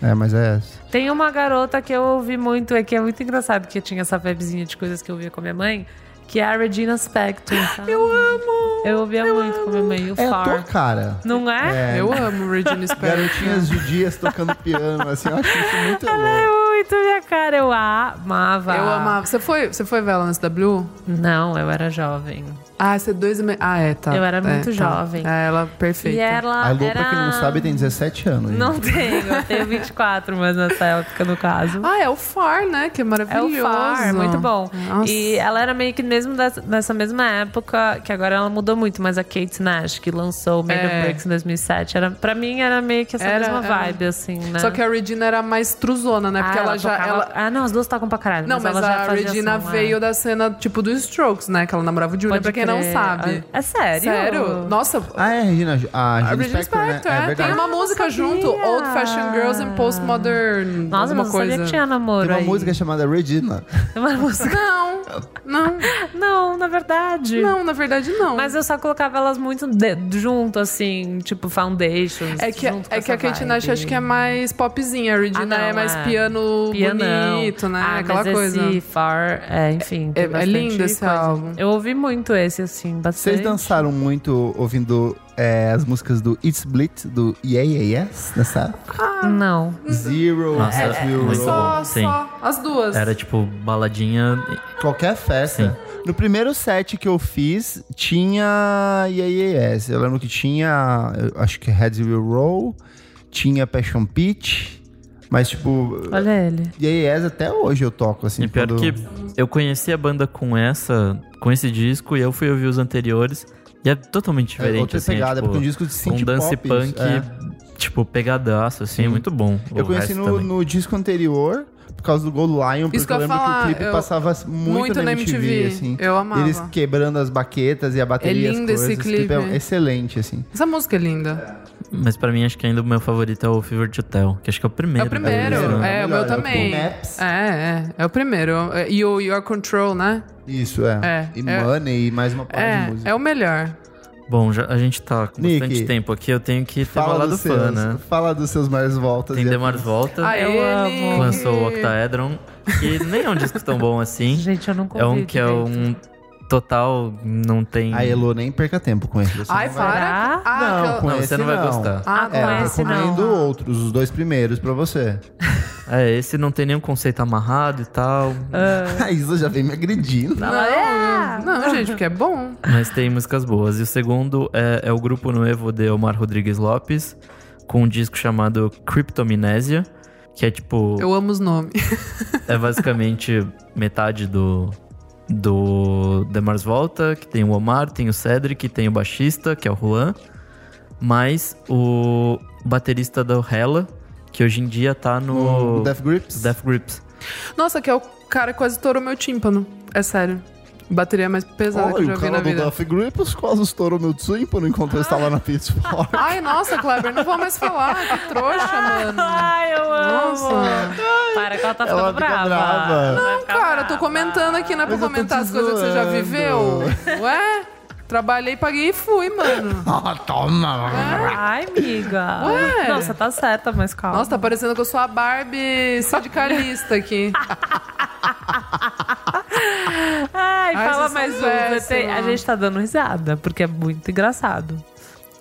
É, mas é essa.
Tem uma garota que eu ouvi muito, é que é muito engraçado, que tinha essa vibezinha de coisas que eu ouvia com a minha mãe, que é a Regina Spector. sabe?
Eu amo!
Eu ouvia muito com a minha mãe, o
É a tua
Far.
cara.
Não é?
Eu amo Regina Spector.
Garotinhas judias tocando piano, assim, eu acho isso muito louco.
é Muito minha cara, eu amava.
é Eu amava. Você foi, você foi ver ela na SW?
Não, eu era jovem.
Ah, você é dois e meio. Ah, é, tá.
Eu era
É,
muito
tá.
jovem.
É, ela perfeita.
E ela
A Lu,
era...
pra quem não sabe, tem 17 anos. gente.
Não tenho, eu tenho 24, mas nessa época, no caso.
Ah, é o Far, né? Que é
É
maravilhoso.
o Far, muito bom.
Nossa.
E ela era meio que mesmo dessa- nessa mesma época, que agora ela mudou muito, mas a Kate Nash, que lançou o Mega
É.
Breaks em 2007, era, pra mim era meio que essa
Era,
mesma
era.
vibe, assim, né?
Só que a Regina era mais truzona, né? Porque
Ah,
ela, já.
tocava-
ela-
Ah, não, as duas tocam pra caralho.
Não, mas,
ela já
a
fazia
Regina
som, é.
veio da cena, tipo, dos Strokes, né? Que ela namorava o Julian,
Pode
pra quem não
crer.
sabe.
É sério?
Sério? Nossa,
Ah, é, Regina. Ju- A
a
Regina,
Regina
Spector, né?
Spector, é,
É
tem
verdade.
uma
Ah,
música
não
junto.
sabia.
Old Fashioned Girls and Postmodern.
Nossa,
alguma
mas eu não
coisa.
sabia que tinha namoro
Tem uma
aí.
música chamada Regina.
Uma música-
Não, não,
Não, na verdade.
não, na verdade não.
Mas eu só colocava elas muito de- junto, assim, tipo foundations.
É que,
junto com
é que a
essa
Kate Nash
vibe.
acho que é mais popzinha. A Regina
Ah, não,
é mais
é.
piano
Pianão.
bonito, né?
Ah,
Aquela
mas
coisa.
Esse far, é, enfim. tem
É- é
bastante
lindo esse
coisa.
álbum.
Eu ouvi muito esse, assim, bastante.
Vocês dançaram muito ouvindo é, as músicas do It's Blit, do Yeah Yeah Yes, nessa época?
Ah, Não.
Zero,
Nossa,
As
é-
You
muito
Roll.
Só,
Sim.
só. As duas.
Era tipo baladinha.
Qualquer festa. No primeiro set que eu fiz, tinha Yeah Yeah Yes. Eu lembro que tinha, eu acho que Heads Will Roll, tinha Passion Peach, mas tipo...
Olha ele.
Yeah Yeah Yes até hoje eu toco, assim.
E pior
quando-
que eu conheci a banda com essa, com esse disco, e eu fui ouvir os anteriores. E é totalmente
É
diferente,
outra
assim.
pegada,
é,
é
tipo,
porque é um disco de synth
um dance
pop,
punk,
é.
tipo, pegadaço, assim,
Sim.
muito bom.
Eu
O
conheci
resto
no,
também.
no disco anterior, por causa do Gold Lion, porque
Isso que
eu
eu ia
lembro
falar,
que o clipe
eu-
passava muito, na MTV, assim.
Eu amava.
Eles quebrando as baquetas e a bateria.
É
as
lindo esse
coisas. clipe é
clipe.
excelente, assim.
Essa música é linda.
Mas pra mim, acho que ainda o meu favorito é o Fever Hotel, que acho que é o
É
primeiro.
o primeiro.
primeiro, né?
É, o
Melhor,
meu
é o
também.
do
É,
Maps.
é. É o primeiro. E o Your Control, né?
Isso, é.
É,
e
é-
Money e mais uma parte de
É,
música.
é o melhor.
Bom, já, a gente tá com
Nick,
bastante tempo aqui, eu tenho que ter
Fala
uma do
dos
fã,
seus,
né?
fala dos seus maiores voltas.
Tem
e-
Demar Volta,
Ai,
eu
ele-
amo.
lançou
Uhum.
o Octaedron, que nem é um disco tão bom assim.
Gente, eu não convido.
É um que é um total, Ah, não tem...
A Elo nem perca tempo com assim. ele. Você
Ai,
não vai-
para.
Será?
Ah,
Não,
aquela-
com
Não,
esse
você não vai
não.
gostar.
Ah,
É,
com
É, eu
essa não.
recomendo outros, os dois primeiros pra você.
É, esse não tem nenhum conceito amarrado e tal.
É.
A Isa já vem me agredindo.
Não, não, gente, porque é bom.
Mas tem músicas boas. E o segundo é, é o grupo novo de Omar Rodrigues Lopes, com um disco chamado Cryptominésia, que é tipo.
Eu amo os nomes.
É basicamente metade do. Do Demars Volta, que tem o Omar, tem o Cedric, tem o baixista, que é o Juan, mais o baterista da Hella, que hoje em dia tá no.
O Death Grips.
Death Grips.
Nossa, que é o cara que quase estourou meu tímpano. É sério. Bateria é mais pesada que eu
Olha,
já
o
vi na
cara do
vida. Ah.
Death Grips quase estourou meu tímpano enquanto eu estava na Pitchfork.
Ai, nossa, Kleber, não vou mais falar. Que trouxa, mano.
Ai, eu amo.
Nossa.
Para que ela tá ficando
Ela fica
brava.
brava.
Ela vai ficar
Cara, eu tô
brava.
comentando aqui, não é pra
Mas eu tô
comentar
te
as coisas que você já
zoando.
viveu. Ué? Trabalhei, paguei e fui, mano.
Ah, toma!
Ai, amiga.
Ué.
Não, você tá certa, mas calma.
Nossa, tá parecendo que eu sou a Barbie sindicalista aqui. tá-
Ai,
Ai,
fala
vocês
mais um.
são
né? Tem-
péssimas.
A gente tá dando risada, porque é muito engraçado.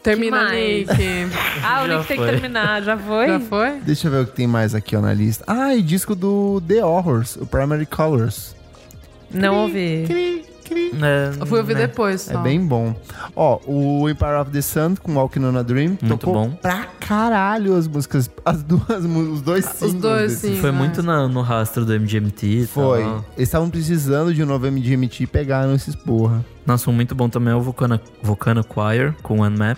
Termina,
mais?
Nick.
Ah, o
Já
Nick tem que
foi.
terminar. Já foi?
Já foi?
Deixa eu ver o que tem mais aqui ó, na lista. Ah, e disco do The Horrors, o Primary Colors.
Não ouvi.
É,
Eu fui ouvir
né?
depois só.
É bem bom. Ó, o Empire of the Sun com Walking on a Dream. Muito
bom.
Pra caralho as músicas. As duas, mu- os dois
Os
singles
dois,
desse
sim.
Foi
né?
muito na- no rastro do MGMT. e
Foi.
tal.
Eles estavam precisando de um novo MGMT e pegaram esses porra.
Nossa, um muito bom também é o Vulcana, Vulcana Choir com Unmap.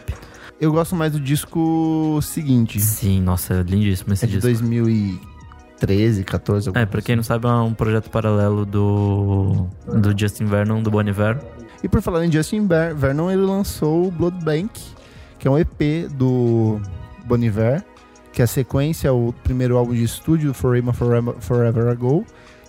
Eu gosto mais do disco seguinte.
Sim, nossa, é lindíssimo esse
é de
disco.
2013, 14, alguma
É, pra quem não sabe, é um projeto paralelo do, do Justin Vernon, do Bon Iver.
E por falar em Justin Ver- Vernon, ele lançou o Blood Bank, que é um EP do Bon Iver, que é a sequência, o primeiro álbum de estúdio, Forever, Forever, Forever Ago.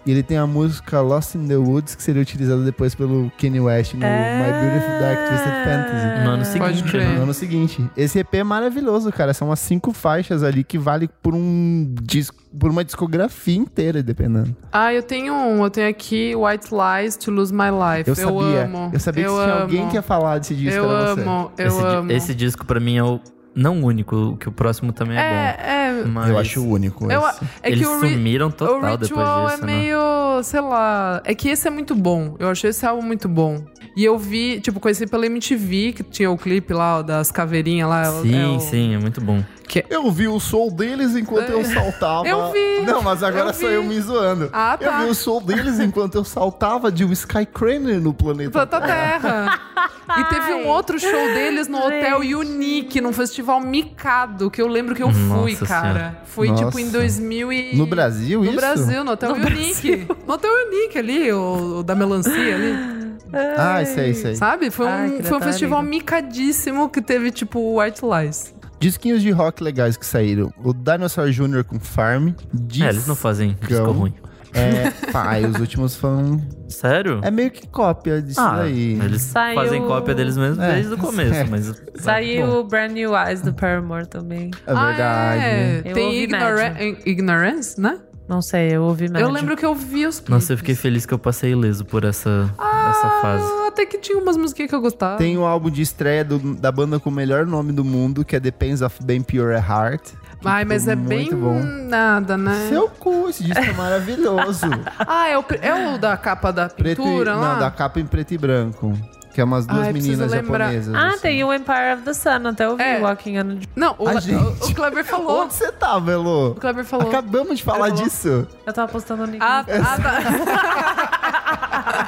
E ele tem a música Lost in the Woods, que seria utilizada depois pelo Kanye West no
É.
My Beautiful Dark Twisted Fantasy. Então,
No ano
Pode
seguinte,
crer.
né?
No ano seguinte. Esse EP é maravilhoso, cara. São umas cinco faixas ali que vale por um disco, por uma discografia inteira, dependendo.
Ah, eu tenho um. Eu tenho aqui White Lies to Lose My Life.
Eu, sabia.
amo.
Eu sabia que tinha
amo.
alguém que ia falar desse disco
Eu
era você.
amo, eu
esse, di-
amo.
esse disco pra mim é o. Não o único, que o próximo também é,
é, é.
bom. Mas
Eu acho único.
Eu,
esse.
é
eles
que o, Ri-
sumiram
o
total depois
Ritual
disso,
é
né?
meio, sei lá. É que esse é muito bom. Eu achei esse álbum muito bom. E eu vi, tipo, conheci pela MTV, que tinha o clipe lá ó, das caveirinhas lá. é o- é
Sim,
o-
sim, é muito bom.
Eu vi o som deles enquanto eu saltava.
Eu vi.
Não, mas agora
Eu
sou
vi.
eu me zoando.
Ah,
Eu
tá.
vi o som deles enquanto eu saltava de um Skycraner no planeta.
Planta Terra. E teve um
Ai.
outro show deles no Hotel
Gente.
Unique, num festival micado, que eu lembro que eu fui,
Nossa
cara.
Senhora.
Fui, tipo, em
Nossa.
2000 e...
No Brasil,
No
isso?
Brasil, no Hotel
No
Unique. No Hotel Unique ali, o, o da melancia ali.
Ah, isso aí, isso aí.
Sabe? Foi um,
Ai, que
foi um
detalhe.
festival micadíssimo que teve, tipo, White Lies.
Disquinhos de rock legais que saíram. O Dinosaur Jr. com Farm. Discão.
É, eles não fazem disco ruim.
É, pá, e os últimos foram...
Sério?
É meio que cópia disso
ah,
daí.
eles
Saiu-
fazem cópio deles mesmos
É,
desde o começo,
certo.
mas...
Saiu o Brand New Eyes do Paramore também.
É verdade.
Ah, é.
Eu
Tem
ouvi
ignora- Ignorance, né?
Não sei, eu ouvi mais.
Eu lembro que eu vi os clipes.
Nossa, eu fiquei feliz que eu passei ileso por essa, essa fase.
Ah, Até que tinha umas musiquinhas que eu gostava.
Tem o álbum de estreia do- da banda com o melhor nome do mundo, que é Depends of Being Pure at Heart.
Ai, mas é
muito
bem
bom.
nada, né?
Seu cu, esse disco é maravilhoso.
Ah, é o, pre- é o da capa da
preto e,
pintura lá?
Não, da capa em preto e branco. Que é umas duas
Ai, preciso
meninas
lembrar.
japonesas.
Ah,
assim.
tem o Empire of the Sun, até ouvi
É.
Walking on...
Não, o,
Ai,
o-
gente.
o Kleber falou.
Onde você tá, Velo?
O Kleber falou.
Acabamos de falar
Acabou.
disso.
Eu tava postando o link.
Ah, ah, tá.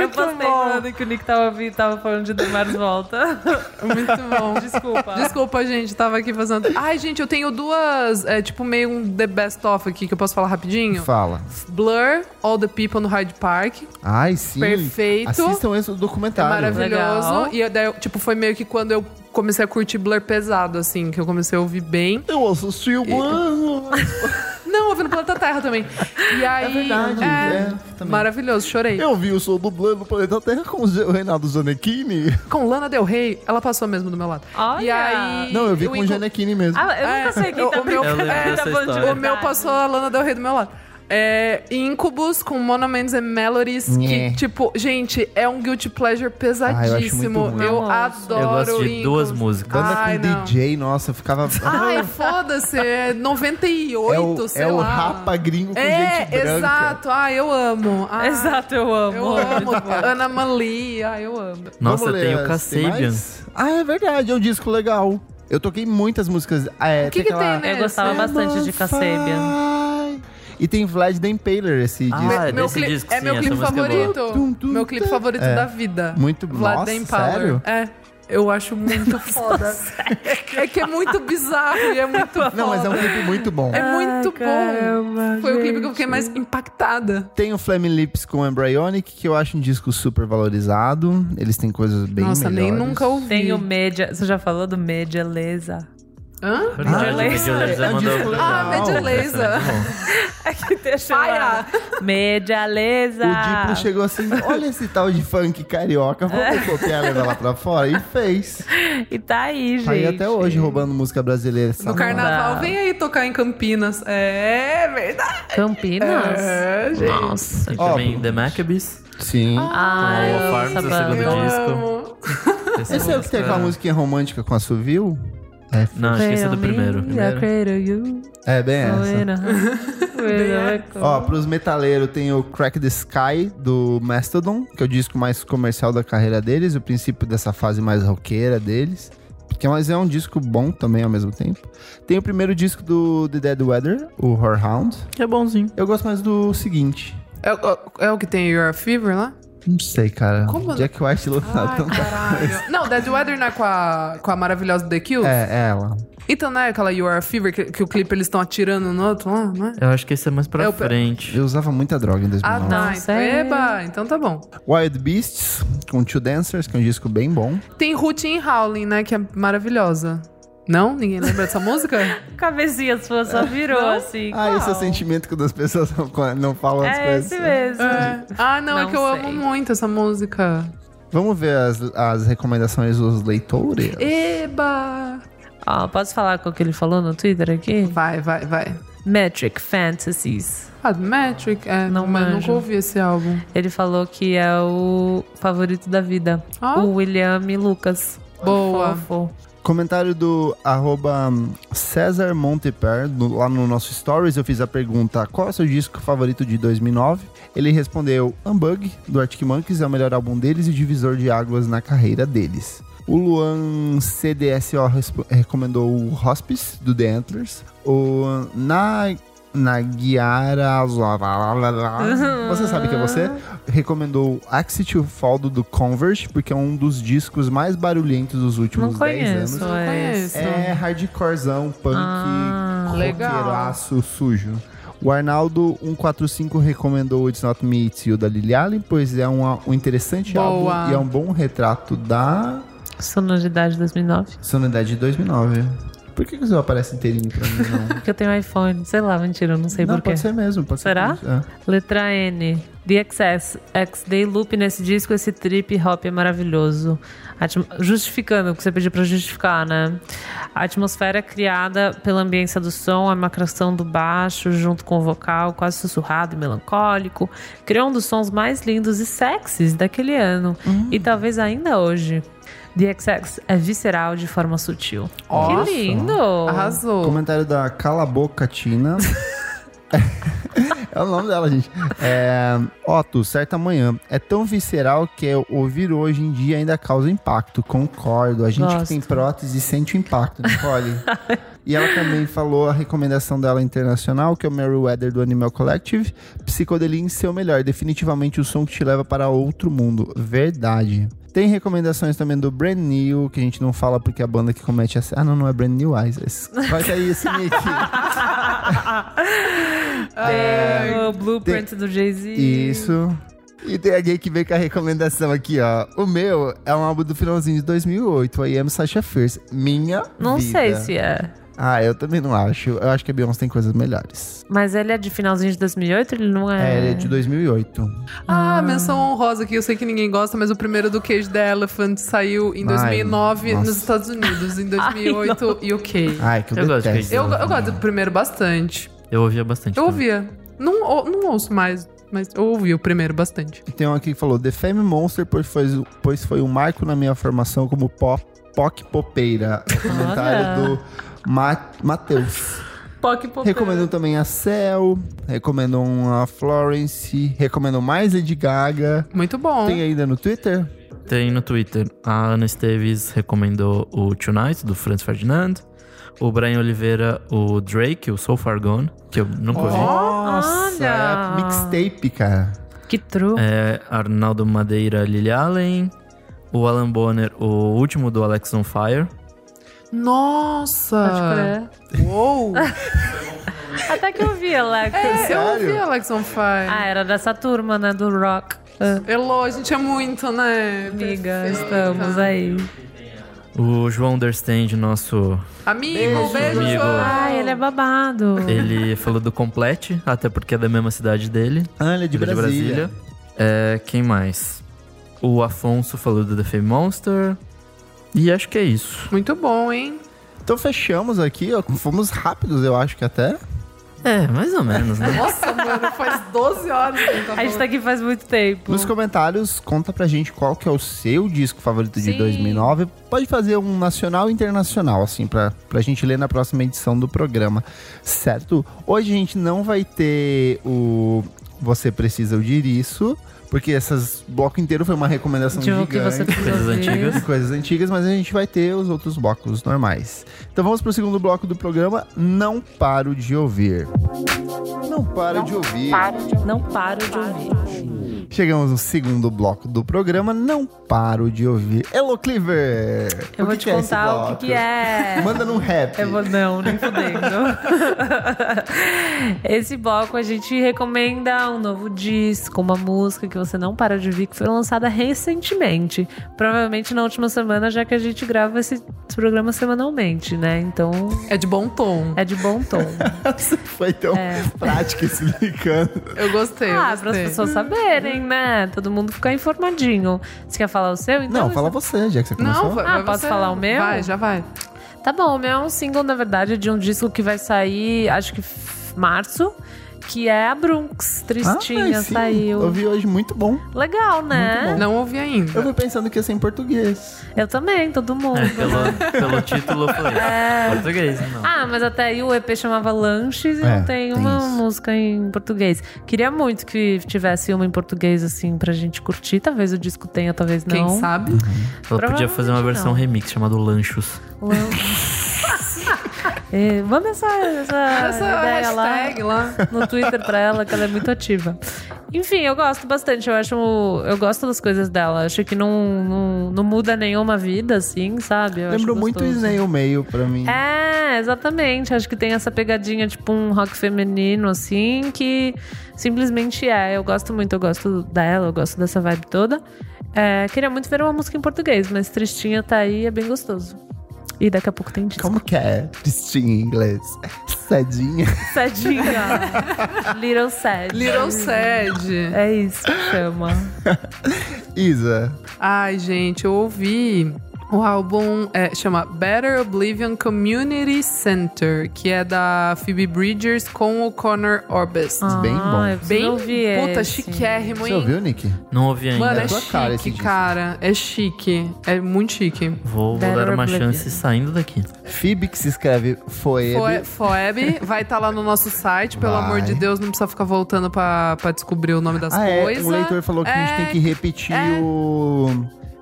eu postei falando que o Nick tava, ouvindo, tava falando de Demar Volta.
Muito bom.
Desculpa.
Desculpa, gente, tava aqui fazendo. Ai, gente, eu tenho duas. É tipo meio um The Best Of aqui que eu posso falar rapidinho.
Fala.
Blur, All the People no Hyde Park.
Ai, sim.
Perfeito. É
Assistam esse documentário.
Maravilhoso.
Legal.
E daí, tipo, foi meio que quando eu comecei a curtir Blur pesado, assim, que eu comecei a ouvir bem.
Eu assisti o ano.
Não, ouvindo Planeta Terra também. E aí.
verdade, é, também.
maravilhoso, chorei.
Eu vi o Sou Dublando no Planeta Terra com o Zé- o Reinaldo Zanecchini.
Com Lana Del Rey, ela passou mesmo do meu lado.
Olha!
E aí.
Não, eu vi com o
Inco-
Zanecchini mesmo.
Ah, eu
É,
nunca sei quem
o-
tá
o meu-
brincando.
Eu lembro
quem tá
dessa
falando de
história.
O meu
verdade.
passou a Lana Del Rey do meu lado. É, Incubus com Monuments and Melodies,
Nhé.
que, tipo, gente, é um guilty
Ah, eu
pleasure
acho muito
pesadíssimo.
ruim.
eu
Nossa.
adoro
Eu gosto de
Incubus.
duas músicas.
Banda
Ai,
com
não.
DJ, nossa, eu ficava.
Ai, foda-se, é 98,
é o,
sei
é o
lá.
rapa gringo com gente
É,
branca.
exato. Ah, eu amo. Ah,
Exato, eu amo.
Eu amo. Ana Mali, ah, eu amo.
Nossa,
Vamos ler
tem o
as- tem
Kasabian.
mais? Ah, é verdade, é um disco legal. Eu toquei muitas músicas. Ah, é,
O que, que
aquela-
tem, né?
Eu gostava
esse?
bastante de Kasabian.
Ai. E tem Vlad the Impaler, esse
Ah,
disco.
é
Meu
desse
cli-
disco,
é
sim,
meu
essa
clipe
música é
favorito.
boa.
Tum, tum,
meu clipe
tum.
favorito
É.
da vida.
Muito-
Vlad
Nossa,
Dane Power.
sério?
É. Eu acho muito foda. é que é muito bizarro e é muito foda.
Não, mas é um clipe muito bom.
É muito bom.
caramba,
Foi o clipe que eu
gente.
fiquei mais impactada.
Tem o Flaming Lips com Embryonic, que eu acho um disco super valorizado. Eles têm coisas bem
Nossa,
melhores.
nem nunca ouvi.
Tem o Media. Você já falou do Media Leza?
Hã?
Verdade,
Major
o Major
Lazer.
Lazer
É um
Ah, mandou-
disco legal.
Ah, Major Lazer.
Essa é muito bom.
É que deixa
Para!
Media Leza.
O Diplo chegou assim, olha esse tal de funk carioca,
É.
vamos copiar e levar lá pra fora. E fez.
E tá aí, gente.
Tá aí até hoje roubando música brasileira. essa
No
moda.
carnaval,
Não.
vem aí tocar em Campinas. É verdade.
Campinas?
É, gente.
Nossa.
Tem
Ó,
também The Maccabees.
Sim.
Ah,
Ai,
Noah
eu amo
Farms,
essa
é o
banda.
segundo
Eu
disco.
amo.
Esse é o que tem aquela musiquinha romântica com a Suvil? É,
Não, acho que esse é do primeiro.
I created you. é.
é bem essa.
Winner. Winner.
Ó, pros metaleiros tem o Crack the Sky do Mastodon, que é o disco mais comercial da carreira deles, o princípio dessa fase mais roqueira deles. Porque, mas é um disco bom também ao mesmo tempo. Tem o primeiro disco do The Dead Weather, o Whorehound.
É bonzinho.
Eu gosto mais do seguinte.
É, o- é o que tem Your Fever lá?
Não sei, cara.
Como?
Jack White
Ai,
lançado.
caralho. Não, Dead Weather não é com a, com a maravilhosa The Kills?
É, é ela.
Então não é aquela You Are a Fever que, que o clipe eles estão atirando no outro lá, não é?
Eu acho que esse é mais pra
É o pe-
frente.
Eu usava muita droga em 2009.
Ah, tá.
Não
Então,
sei.
eba, então tá bom.
Wild Beasts, com Two Dancers, que é um disco bem bom.
Tem Routine Howling, né? Que é maravilhosa. Não? Ninguém lembra dessa música?
Cabecinha sua só virou assim.
Ah, esse é o
qual?
sentimento quando as pessoas não, não falam as
É
coisas.
esse mesmo.
É. Ah, não, é
Não
que eu
sei.
amo muito essa música.
Vamos ver as, as recomendações dos leitores?
Eba!
Ó, posso falar com o que ele falou no Twitter aqui?
Vai, vai, vai.
Metric Fantasies.
Ah, do Metric? É,
Não
mas
manjo.
nunca ouvi esse álbum.
Ele falou que é o favorito da vida.
Ó.
O William Lucas.
Boa.
Fofo.
Comentário do arroba César Monteper, no- lá no nosso Stories, eu fiz a pergunta, qual é o seu disco favorito de 2009? Ele respondeu, Unbug, do Arctic Monkeys, é o melhor álbum deles e divisor de águas na carreira deles. O Luan CDSO resp- recomendou o Hospice, do The Antlers. O Na... Nagiara Zova- Você sabe que é você? Recomendou Axie to Faldo do Converge, porque é um dos discos mais barulhentos dos
Não
últimos 10 anos.
conheço.
Não conheço.
esse.
É hardcorezão, punk,
Ah,
legal.
roqueiraço sujo. O Arnaldo 145 recomendou It's Not Me, It's You da Lily Allen, pois é um, um interessante
Boa.
álbum e é um bom retrato da
Sonoridade 2009.
sonoridade de 2009. Por que, que isso aparece inteirinho pra mim, não?
Porque eu tenho iPhone. Sei lá, mentira, eu não sei
não,
porquê.
pode ser mesmo, pode
Será?
ser. por isso, é.
Letra N. The Excess. X-Day Loop nesse disco, esse trip hop é maravilhoso. Atmo- Justificando o que você pediu pra justificar, né? A atmosfera é criada pela ambiência do som, a macração do baixo junto com o vocal, quase sussurrado e melancólico, criou um dos sons mais lindos e sexys daquele ano.
Hum.
E talvez ainda hoje. The XX é visceral de forma sutil.
Nossa.
Que lindo!
Arrasou.
Comentário da Cala Boca Tina. é o nome dela, gente. É, Otto, certa manhã. É tão visceral que eu ouvir hoje em dia ainda causa impacto. Concordo. A gente que
Gosto.
tem prótese sente o impacto, né, Nicole. E ela também falou a recomendação dela internacional, que é o Mary Weather do Animal Collective. Psicodelia em seu melhor, definitivamente o som que te leva para outro mundo. Verdade. Tem recomendações também do Brand New, que a gente não fala porque é a banda que comete essa. Ah, não, não é Brand New Eyes. Esse- Vai cair esse nick.
Tem o blueprint do Jay-Z.
É, Isso. E tem alguém que veio com a recomendação aqui, ó. O meu é um álbum do finalzinho de 2008, a I Am Sasha Fierce. Minha
Não
vida.
sei se é.
Ah, eu também não acho. Eu acho que a Beyoncé tem coisas melhores.
Mas ele é de finalzinho de 2008? Ele não é.
É, ele é de 2008.
Ah, menção honrosa que eu sei que ninguém gosta, mas o primeiro do Cage the Elephant saiu em
Ai,
2009
nossa.
nos Estados Unidos, em
Ai,
2008 UK.
Ai, que eu,
Eu gosto de
detesto.
Cage
Eu, eu gosto do primeiro bastante.
Eu ouvia bastante.
Eu
também.
ouvia. Não, ou- não ouço mais, mas eu ouvi o primeiro bastante.
E Tem um aqui que falou: The Fame Monster, pois foi, pois foi um marco na minha formação como pop, POC Popeira. É o Comentário do Ma Matheus.
Poc Popé.
Recomendam também a Cell, recomendam a Florence, recomendam mais Lady Gaga.
Muito bom.
Tem ainda no Twitter?
Tem no Twitter. A Ana Esteves recomendou o Tonight, do Franz Ferdinand. O Brian Oliveira, o Drake, o So Far Gone, que eu nunca ouvi.
Nossa,
olha!
é a mixtape, cara.
Que truco.
É, Arnaldo Madeira, Lily Allen. O Alan Bonner, o último do Alex on Fire.
Pode
Nossa!
crer.
Uou!
né? Até que eu vi, Alex.
É, eu ouvi
Sério?
Alex on Fire.
Ah, era dessa turma, né? Do rock. Ah,
Elô, a gente é muito, né?
Amiga,
Perfeita.
estamos aí.
O João Understand, nosso
Amigo, beijo,
amigo.
João.
Ai, ele é babado.
Ele falou do Complete, até porque é da mesma cidade dele.
Ah, ele é de
ele é
Brasília.
É, quem mais? O Afonso falou do The Fame Monster. E acho que é isso.
Muito bom, hein?
Então fechamos aqui, ó. Fomos rápidos, eu acho que até.
É, mais ou menos, né?
Nossa, mano, faz 12 horas que ele tá
A gente tá
falando.
aqui faz muito tempo.
Nos comentários, conta pra gente qual que é o seu disco favorito de
Sim.
2009. Pode fazer um nacional e internacional, assim, pra, pra gente ler na próxima edição do programa, certo? Hoje a gente não vai ter o Você Precisa Ouvir Isso, porque essas bloco inteiro foi uma recomendação
De o
gigante.
que você precisa
Coisas
ouvir.
antigas.
de coisas antigas, mas a gente vai ter os outros blocos normais. Então vamos pro segundo bloco do programa, Não Paro de Ouvir. Não paro de ouvir.
Não paro de ouvir.
Chegamos no segundo bloco do programa, Não Paro de Ouvir. Hello, Cleaver!
Eu
O
vou
que
te
que é esse
contar o
bloco?
que, que é.
Manda num rap.
Eu vou, não, nem fudendo. Esse bloco a gente recomenda um novo disco, uma música que você não para de ouvir, que foi lançada recentemente. Provavelmente na última semana, já que a gente grava esse programa semanalmente, né? Então
É de bom tom.
é de bom tom.
Foi tão
É.
prática esse ligando.
Eu gostei. eu
ah, para as
gostei.
pessoas saberem, né? Todo mundo ficar informadinho. Você quer falar o seu? Então,
Não, fala você, já que você começou.
Não, vai, vai
Ah, posso
você.
falar o meu?
Vai, já vai.
Tá bom, o meu é um single, na verdade, de um disco que vai sair, acho que f- março, que é a Brunx, Tristinha,
Ah, sim.
saiu.
Eu vi hoje, muito bom.
Legal, né?
Muito
Não ouvi ainda.
Eu fui pensando que ia ser em português.
Eu também, todo mundo.
É, pelo, pelo título eu falei. Português, não.
Ah, mas até aí o EP chamava Lanches e
É,
não tem
tem
uma
isso.
música em português. Queria muito que tivesse uma em português, assim, pra gente curtir. Talvez o disco tenha, talvez não.
Quem sabe?
Ela podia fazer uma
provavelmente
versão
não.
remix chamada Lanchos.
Lan- É, manda essa, essa,
Essa
Ah, ideia lá.
hashtag lá.
no Twitter pra ela, que ela é muito ativa. Enfim, eu gosto bastante, eu acho. Eu gosto das coisas dela. Acho que não, não, não muda nenhuma vida, assim, sabe? Eu acho
Lembrou muito o
gostoso.
Snail Mail pra mim.
É, exatamente. Acho que tem essa pegadinha, tipo um rock feminino, assim, que simplesmente é. Eu gosto muito, eu gosto dela, eu gosto dessa vibe toda. É, queria muito ver uma música em português, mas Tristinha tá aí, é bem gostoso. E daqui a pouco tem disco.
Como que é? Tristinha em inglês. Sadinha.
Sadinha. Little Sad.
Little Sad.
É isso que chama.
Isa.
Ai, gente, eu ouvi. O álbum é, chama Better Oblivion Community Center, que é da Phoebe Bridgers com o Connor Orbest.
Bem bom.
Ah, eu preciso
Bem
ouvir
puta,
esse.
chiquérrimo,
Você
hein?
ouviu, Nick?
Não ouvi ainda.
Mano,
É
é
tua
chique,
cara
cara,
esse disco.
É chique. É muito chique.
Vou, vou dar
Better
uma
Oblivion.
chance saindo daqui.
Phoebe que se escreve Foebe.
Foe- Foeb vai estar lá no nosso site, pelo
Vai.
amor de Deus, não precisa ficar voltando pra, pra descobrir o nome das
Ah, é.
coisas.
O leitor falou que a gente
É,
tem que repetir
é.
o...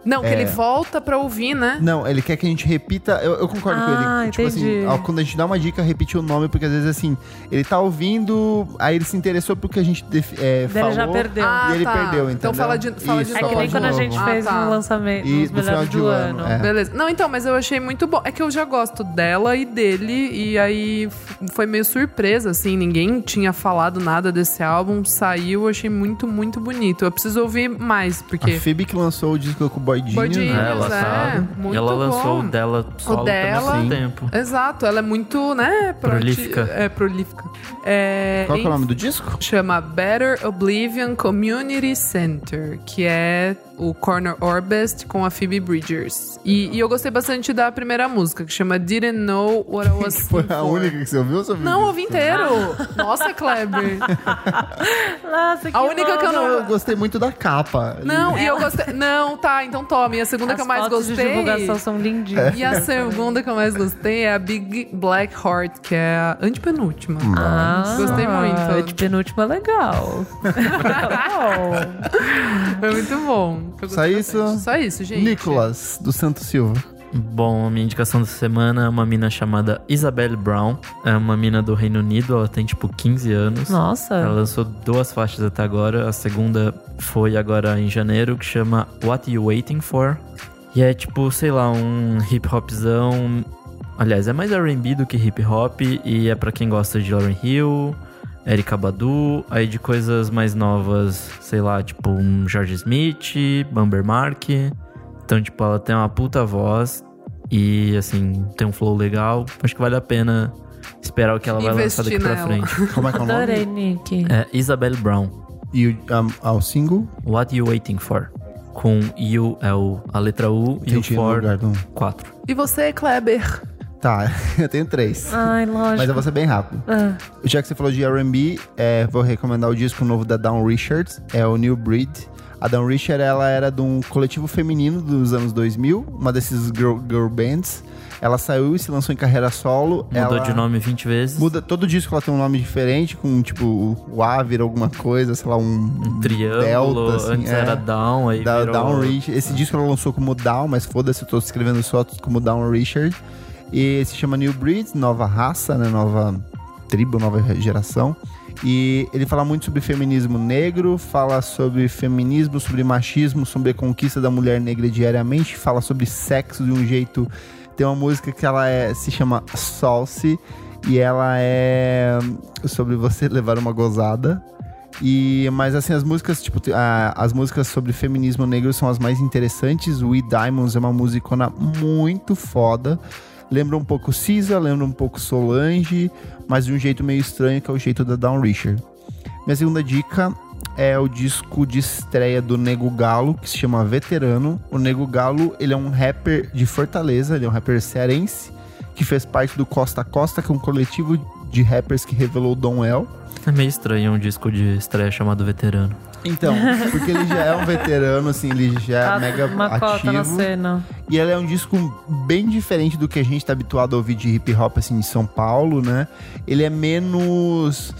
Não, que
é.
ele volta pra ouvir, né?
Não, ele quer que a gente repita. Eu, eu concordo com ele.
Ah,
Tipo
entendi.
assim, ó, quando a gente dá uma dica, repetir o nome, porque às vezes assim, ele tá ouvindo, aí ele se interessou porque a gente def- é,
Daí
falou.
Ele já perdeu.
Ah,
E ele
tá.
perdeu,
Então
entendeu?
fala de- fala de
Isso,
é
só
que
fala
nem
de
quando a
novo.
gente
Ah,
fez um
tá.
no lançamento,
E
nos
no final
melhores
de
do
um ano,
ano.
é.
Beleza. Não, então, mas eu achei muito bom. É que eu já gosto dela e dele, e aí f- foi meio surpresa, assim. Ninguém tinha falado nada desse álbum. Saiu, eu achei muito, muito bonito. Eu preciso ouvir mais,
A
porque.
Phoebe que lançou o disco com o Boydinhos.
Boydinhos,
né?
É, ela
é,
sabe.
muito
e ela
bom.
lançou o dela solo também há
dela.
pouco tempo.
Exato, ela é muito, né? proati-
Prolífica.
É, prolífica. É,
Qual que é o
enfim.
nome do disco?
chama Better Oblivion Community Center, que é o Corner Orbest com a Phoebe Bridgers. E, e eu gostei bastante da primeira música, que chama Didn't Know What I Was
Foi
In
a
For.
única que você ouviu, seu
Não, ouvi inteiro. Nossa, Kleber.
Nossa, que
A única que eu não-
Eu gostei muito da capa.
Não, e eu gostei. Não, tá, então toma. E a segunda
As
que eu mais
fotos de
gostei.
divulgação são lindinhas.
E a segunda que eu mais gostei é a Big Black Heart, que é a antepenúltima.
Ah,
Gostei muito.
De penúltima, legal. Legal.
Foi muito bom. Eu
Só
gostei
isso?
bastante. Só isso, gente.
Nicolas, do Santo Silva.
Bom, a minha indicação dessa semana é uma mina chamada Isabelle Brown. É uma mina do Reino Unido, ela tem tipo 15 anos. Ela
Ah.
Nossa.
lançou duas faixas até agora. A segunda foi agora em janeiro, que chama What You Waiting For? E é tipo, sei lá, um hip hopzão. Aliás, é mais RB do que hip hop. E é pra quem gosta de Lauren Hill, Erika Badu. Aí de coisas mais novas, sei lá, tipo um George Smith, Bamber Mark. Então, tipo, ela tem uma puta voz. E assim, tem um flow legal. Acho que vale a pena esperar o que ela vai lançar daqui
Investir
pra
nela.
frente.
Como é que é o
Adorei,
nome?
Nick.
É Isabelle Brown,
E o, um, ah, o single?
What You Waiting For? Com U é o, a letra U e o
Entendi, no
for
lugar do-
4.
E você, Kleber?
Tá, eu tenho três.
Ai,
Mas eu
lógico.
vou ser bem rápido.
Ah,
Já que você falou de R&B, é, vou recomendar o disco novo da Dawn Richards, é o New Breed. A Dawn Richards, ela era de um coletivo feminino dos anos 2000, uma desses girl, girl bands. Ela saiu e se lançou em carreira solo.
Mudou
ela
de nome 20 vezes.
É Muda, todo disco ela tem um nome diferente, com tipo o, o A vira alguma coisa, sei lá, um...
Triângulo,
Delta, assim,
antes
é.
era Down, aí
Da,
virou... Ah.
Down um Rich. Esse disco ela lançou como Down, mas foda-se, eu tô escrevendo só como Down Richard. E se chama New Breed, nova raça, né? Nova tribo, nova geração. E ele fala muito sobre feminismo negro, fala sobre feminismo, sobre machismo, sobre a conquista da mulher negra diariamente, fala sobre sexo de um jeito. Tem uma música que ela é- se chama Salse e ela é sobre você levar uma gozada. E, mas assim, as músicas, tipo, te- a- as músicas sobre feminismo negro são as mais interessantes. We Diamonds é uma musicona muito foda. Lembra um pouco Cisa, lembra um pouco Solange, mas de um jeito meio estranho, que é o jeito da Dawn Richard. Minha segunda dica é o disco de estreia do Nego Galo, que se chama Veterano. O Nego Galo, ele é um rapper de Fortaleza, ele é um rapper cearense, que fez parte do Costa a Costa, que é um coletivo de rappers que revelou o Dom El.
É meio estranho um disco de estreia chamado Veterano.
Então, porque ele já é um veterano, assim, ele já é
tá
mega
uma cota na
ativo.
cena.
E ele é um disco bem diferente do que a gente tá habituado a ouvir de hip hop, assim, de São Paulo, né? Ele é menos.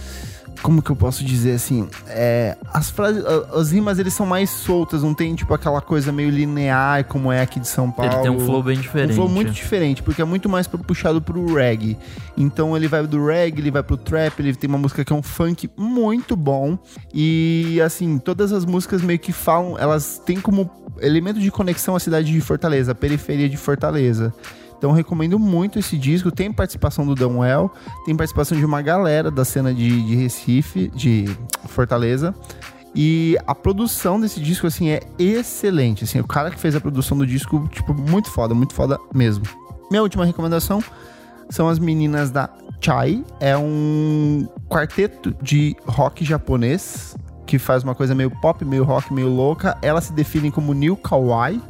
Como que eu posso dizer assim? É, as frases, a- as rimas eles são mais soltas, não tem tipo aquela coisa meio linear como é aqui de São Paulo.
Ele tem um flow bem diferente.
Um flow muito diferente, porque é muito mais pro- puxado pro reggae. Então ele vai do reggae, ele vai pro trap, ele tem uma música que é um funk muito bom. E assim, todas as músicas meio que falam, elas têm como elemento de conexão a cidade de Fortaleza, a periferia de Fortaleza. Então eu recomendo muito esse disco. Tem participação do Downwell, tem participação de uma galera da cena de, de Recife, de Fortaleza. E a produção desse disco, assim, é excelente. Assim, o cara que fez a produção do disco, tipo, muito foda, muito foda mesmo. Minha última recomendação são as meninas da Chai. É um quarteto de rock japonês que faz uma coisa meio pop, meio rock, meio louca. Elas se definem como New Kawaii.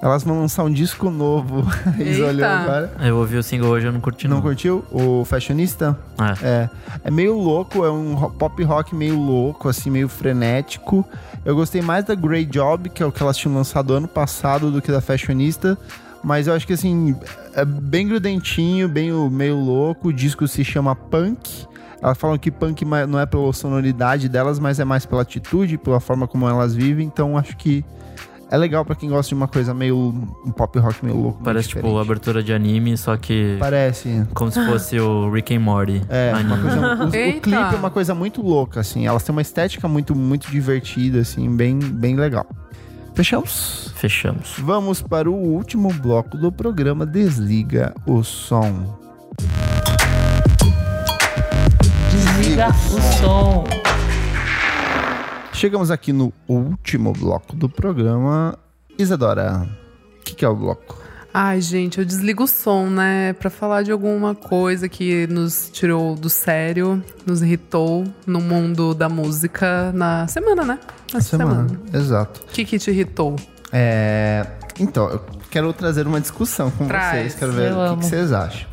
Elas vão lançar um disco novo. Eles
Eita.
olhou agora.
Eu ouvi o single hoje, eu não curti
Não
não.
curtiu? O Fashionista?
É.
É. É meio louco, é um ro- pop rock meio louco, assim, meio frenético. Eu gostei mais da Grey Job, que é o que elas tinham lançado ano passado, do que da Fashionista. Mas eu acho que, assim, é bem grudentinho, bem o- meio louco. O disco se chama Punk. Elas falam que punk ma- não é pela sonoridade delas, mas é mais pela atitude, pela forma como elas vivem. Então, acho que é legal pra quem gosta de uma coisa meio... um pop rock meio louco. meio
Parece tipo
diferente.
abertura de anime, só que
Parece.
como se fosse o Rick and Morty.
É, uma
anime.
coisa, o- o,
Eita.
clipe é uma coisa muito louca, assim. Elas têm uma estética muito, muito divertida, assim, bem, bem legal. Fechamos?
Fechamos.
Vamos para o último bloco do programa Desliga o Som.
Desliga o som.
Chegamos aqui no último bloco do programa Isadora, o que, que é o bloco?
Ai, gente, eu desligo o som, né? Pra falar de alguma coisa que nos tirou do sério, nos irritou no mundo da música na semana, né? Na
Exato.
O que, que te irritou?
É, então, eu quero trazer uma discussão com
Traz,
vocês. Quero ver
eu
o que que,
amo.
vocês acham.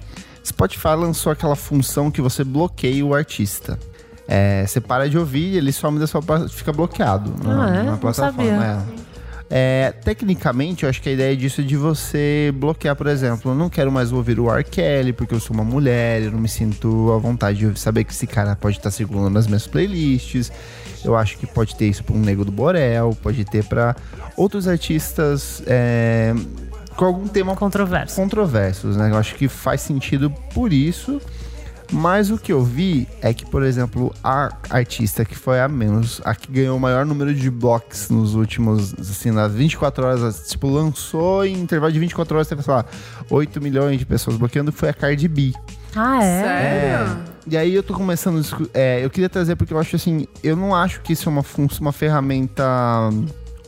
Spotify lançou aquela função que você bloqueia o artista. É, você para de ouvir e ele some da sua pla- fica bloqueado na,
Ah,
na
é? Não
plataforma.
sabia.
é. É, tecnicamente, eu acho que a ideia disso é de você bloquear, por exemplo, eu não quero mais ouvir o R. Kelly porque eu sou uma mulher, eu não me sinto à vontade de saber que esse cara pode estar circulando nas minhas playlists. Eu acho que pode ter isso para um Nego do Borel, pode ter para outros artistas é, com algum tema
Controverso.
controversos, né? Eu acho que faz sentido por isso. Mas o que eu vi é que, por exemplo, a artista que foi a menos, a que ganhou o maior número de blocos nos últimos, assim, nas 24 horas, tipo, lançou em intervalo de 24 horas, teve, sei lá, 8 milhões de pessoas bloqueando, foi a Cardi B.
Ah, é?
Sério?
E aí eu tô começando. a discu- É, eu queria trazer porque eu acho assim. Eu não acho que isso é uma, fun- uma ferramenta hum,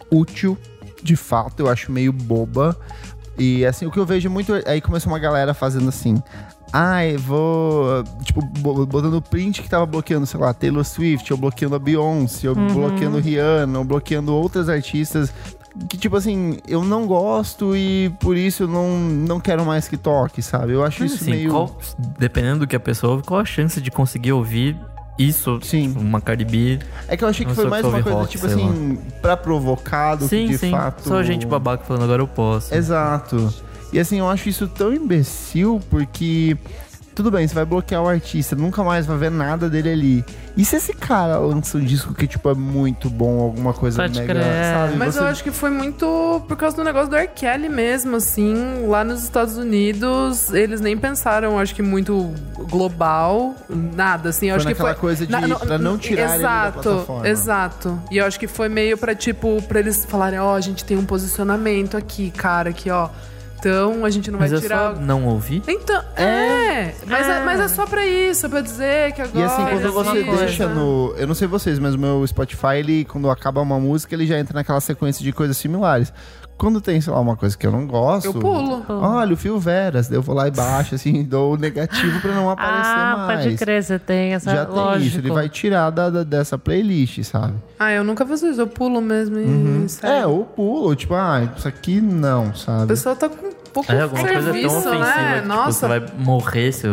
útil, de fato. Eu acho meio boba. E assim, o que eu vejo muito. Aí começou uma galera fazendo assim. Ai, vou. Tipo, bo- botando o print que tava bloqueando, sei lá, Taylor Swift, ou bloqueando a Beyoncé,
Uhum.
ou bloqueando Rihanna, ou bloqueando outras artistas. Que, tipo assim, eu não gosto e por isso eu não, não quero mais que toque, sabe? Eu acho
Mas,
isso
assim,
meio.
qual- dependendo do que a pessoa ouve, qual a chance de conseguir ouvir isso?
Sim.
Tipo, uma Cardi B.
É que eu achei que
Não
foi
sou
mais uma
Clover
coisa,
Rock,
tipo
sei
assim, pra provocar do
sim,
que de
sim.
fato.
Só gente babaca falando agora eu posso.
Exato. E assim, eu acho isso tão imbecil, porque. Tudo bem, você vai bloquear o artista, nunca mais vai ver nada dele ali. E se esse cara lança um disco que, tipo, é muito bom, alguma coisa
Pode
mega,
crer.
sabe?
Mas
Você-
eu acho que foi muito por causa do negócio do R. Kelly mesmo, assim. Lá nos Estados Unidos, eles nem pensaram, acho que muito global, nada, assim. Eu
Foi
acho que
naquela
foi.
coisa de- pra não tirar ele da
exato,
plataforma.
Exato. E eu acho que foi meio pra, tipo, pra eles falarem: ó, a gente tem um posicionamento aqui, cara, aqui, ó. Então a gente não
Mas
vai
é
tirar.
só não ouvir?
Então, é. Mas, é. mas é só pra isso, pra dizer que
E
agora.
assim, quando
Olha,
você
alguma coisa.
deixa no. Eu não sei vocês, mas o meu Spotify, ele, quando acaba uma música, ele já entra naquela sequência de coisas similares. Quando tem, sei lá, uma coisa que eu não gosto.
Eu pulo.
Olha, o Fio Veras. Daí eu vou lá e baixo, assim, dou o negativo pra não aparecer
Ah,
mais.
pode crer, você tem essa
Já
lógica.
tem isso, ele vai tirar da, da- dessa playlist, sabe?
Ah, eu nunca faço isso, eu pulo mesmo. e segue.
É, ou pulo, ou tipo, ah, isso aqui não,
O
sabe?
pessoal tá com um pouco
É,
de
alguma
serviço,
coisa tão ofensiva.
né?
que, tipo, você
Nossa.
vai morrer se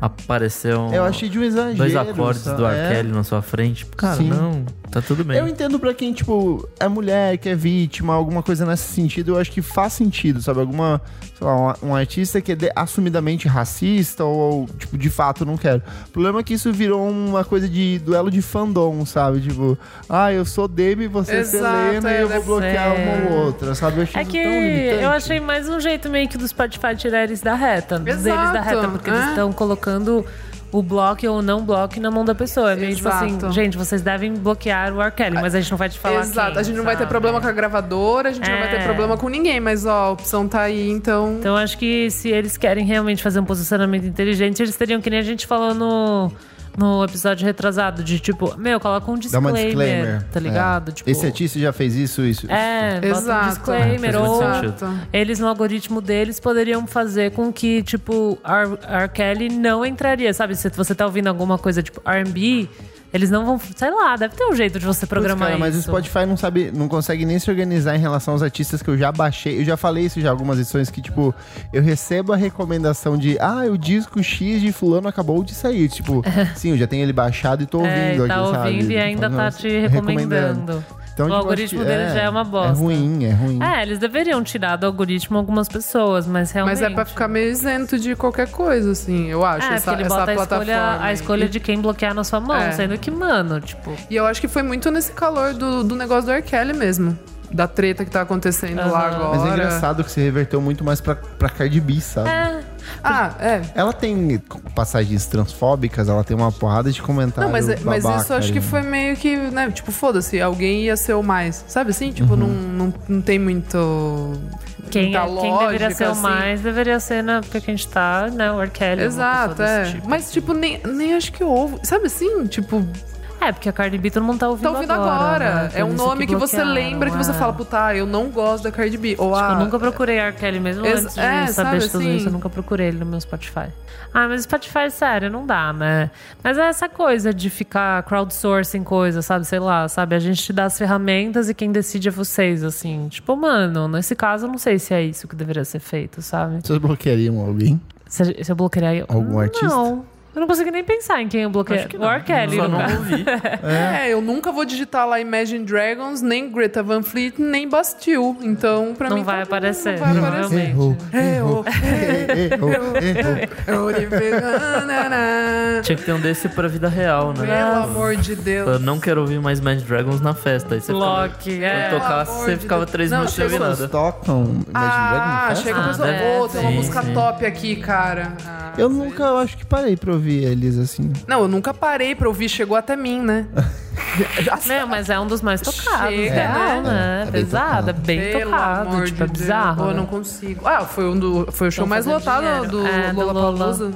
aparecer um.
Eu achei de um
é
exagero.
dois acordes
sabe?
do R.
É.
Kelly na sua frente. Tipo, Cara,
Sim.
não, tá tudo bem.
Eu entendo pra quem, tipo, é mulher, que é vítima, alguma coisa nesse sentido, eu acho que faz sentido, sabe? Alguma, sei lá, um, um artista que é de- assumidamente racista ou, ou, tipo, de fato não quero. O problema é que isso virou uma coisa de duelo de fandom, sabe? Tipo, ah, eu sou Demi, você é
Exato,
Selena e eu
é,
vou
deve
bloquear
ser.
uma ou outra, sabe? Eu acho
É
isso
que
tão limitante.
eu achei mais um jeito meio que do Spotify tirar eles da reta. Deles da reta, porque eles
é.
estão colocando o bloco ou não bloco na mão da pessoa. É meio tipo assim,
Exato.
gente, vocês devem bloquear o R. Kelly, mas a gente não vai te falar
Exato,
quem,
a gente não vai ter
sabe?
problema com a gravadora, a gente não vai ter
É.
problema com ninguém, mas ó, a opção tá aí, então.
Então acho que se eles querem realmente fazer um posicionamento inteligente, eles teriam que nem a gente falou no, no episódio retrasado, de tipo, meu, coloca um
Dá
disclaimer,
uma disclaimer.
tá ligado?
É.
Tipo,
Esse artista já fez isso, isso.
É, bota
Exato.
um disclaimer,
É, faz muito
ou
sentido.
eles no algoritmo deles poderiam fazer com que, tipo, R. R. Kelly não entraria, sabe? Se você tá ouvindo alguma coisa tipo R&B, eles não vão, sei lá, deve ter um jeito de você
Putz,
programar
cara, mas o
isso.
Spotify não sabe, não consegue nem se organizar em relação aos artistas que eu já baixei. Eu já falei isso já em algumas edições que tipo, eu recebo a recomendação de, ah, o disco X de fulano acabou de sair, tipo, sim, eu já tenho ele baixado e tô ouvindo
É, e tá
aqui, sabe? Tipo,
ouvindo e ainda tá
Nossa,
te recomendando.
Então,
O
tipo, acho
algoritmo
que-
dele já é uma bosta.
É ruim, é ruim.
É, eles deveriam tirar do algoritmo algumas pessoas, mas realmente...
Mas é pra ficar meio isento de qualquer coisa, assim, eu acho,
É, porque
essa,
ele
essa
bota a
plataforma.
escolha, a escolha de quem bloquear na sua mão,
É.
sendo que, mano, tipo...
E eu acho que foi muito nesse calor do, do negócio do R. Kelly mesmo. Da treta que tá acontecendo lá
Aham.
agora.
Mas é engraçado que se reverteu muito mais pra, pra Cardi B, sabe?
É,
Ah, é.
Ela tem passagens transfóbicas, ela tem uma porrada de comentários.
Não, mas, é, mas
babaca
isso eu acho
ali.
que foi meio que, né? Tipo, foda-se, alguém ia ser o mais. Sabe assim? Tipo,
Uhum.
não, não, não tem muito.
Quem,
muita
é- quem deveria ser o
assim.
mais deveria ser na, porque a gente tá, né? O R. Kelly, uma
Exato,
pessoa
é.
desse tipo.
Mas, tipo, nem, nem acho que houve. Sabe assim? Tipo,
é. É, porque a Cardi B todo mundo tá ouvindo,
Tá ouvindo agora.
né?
É
Por
um
isso
nome que, você
bloquearam,
lembra, que
é.
você fala, puta, eu não gosto da Cardi B. Ou
Tipo,
ah,
eu nunca procurei R. Kelly mesmo
Ex-
antes de
é,
saber de
sabe
tudo
assim?
isso. Eu nunca procurei ele no meu Spotify. Ah, mas Spotify, sério, não dá, né? Mas é essa coisa de ficar crowdsourcing coisa, sabe? Sei lá, sabe? A gente te dá as ferramentas e quem decide é vocês, assim. Tipo, mano, nesse caso, eu não sei se é isso que deveria ser feito, sabe?
Vocês bloqueariam alguém?
Se, se eu bloquearia... eu-
Algum artista?
Não. Eu não consegui nem pensar em quem eu bloqueei.
Acho que
O R. Kelly,
Só
no
não
caso.
ouvi.
É, eu nunca vou digitar lá Imagine Dragons, nem Greta Van Fleet, nem Bastille. Então, pra
Não
mim.
vai
tá tudo-
aparecer,
Não vai aparecer.
provavelmente.
Errou.
Errou.
Errou. Errou.
Tipo,
Tinha que ter um desse pra vida real, né?
Pelo amor de
Eu
Deus.
não quero ouvir mais Mad Dragons na festa. Aí você fica-
Loki, é.
Quando tocasse,
Pelo amor
você
de
ficava
Deus.
três
Não,
minutos sem ouvir
chegou.
Elas
nada.
tocam é Imagine
Ah,
Dragons?
chega a
Ah,
pessoa,
deve.
pô, tem uma
Sim,
música
sim.
top aqui, cara. Ah,
Eu
sei.
nunca, eu acho que parei pra ouvir eles assim.
Não, eu nunca parei pra ouvir, chegou até mim, né?
Não, mas é um dos mais tocados,
Chega, né?
real, né?
É, tá bem
Pesado, é
tocado.
bem
Pelo
tocado,
amor
tipo,
de
é
Deus.
bizarro.
Pô, eu
né?
não consigo. Ah, foi um do. Foi o show
Tão
mais
fazendo
lotado
dinheiro.
do
É, do
Lollapalooza.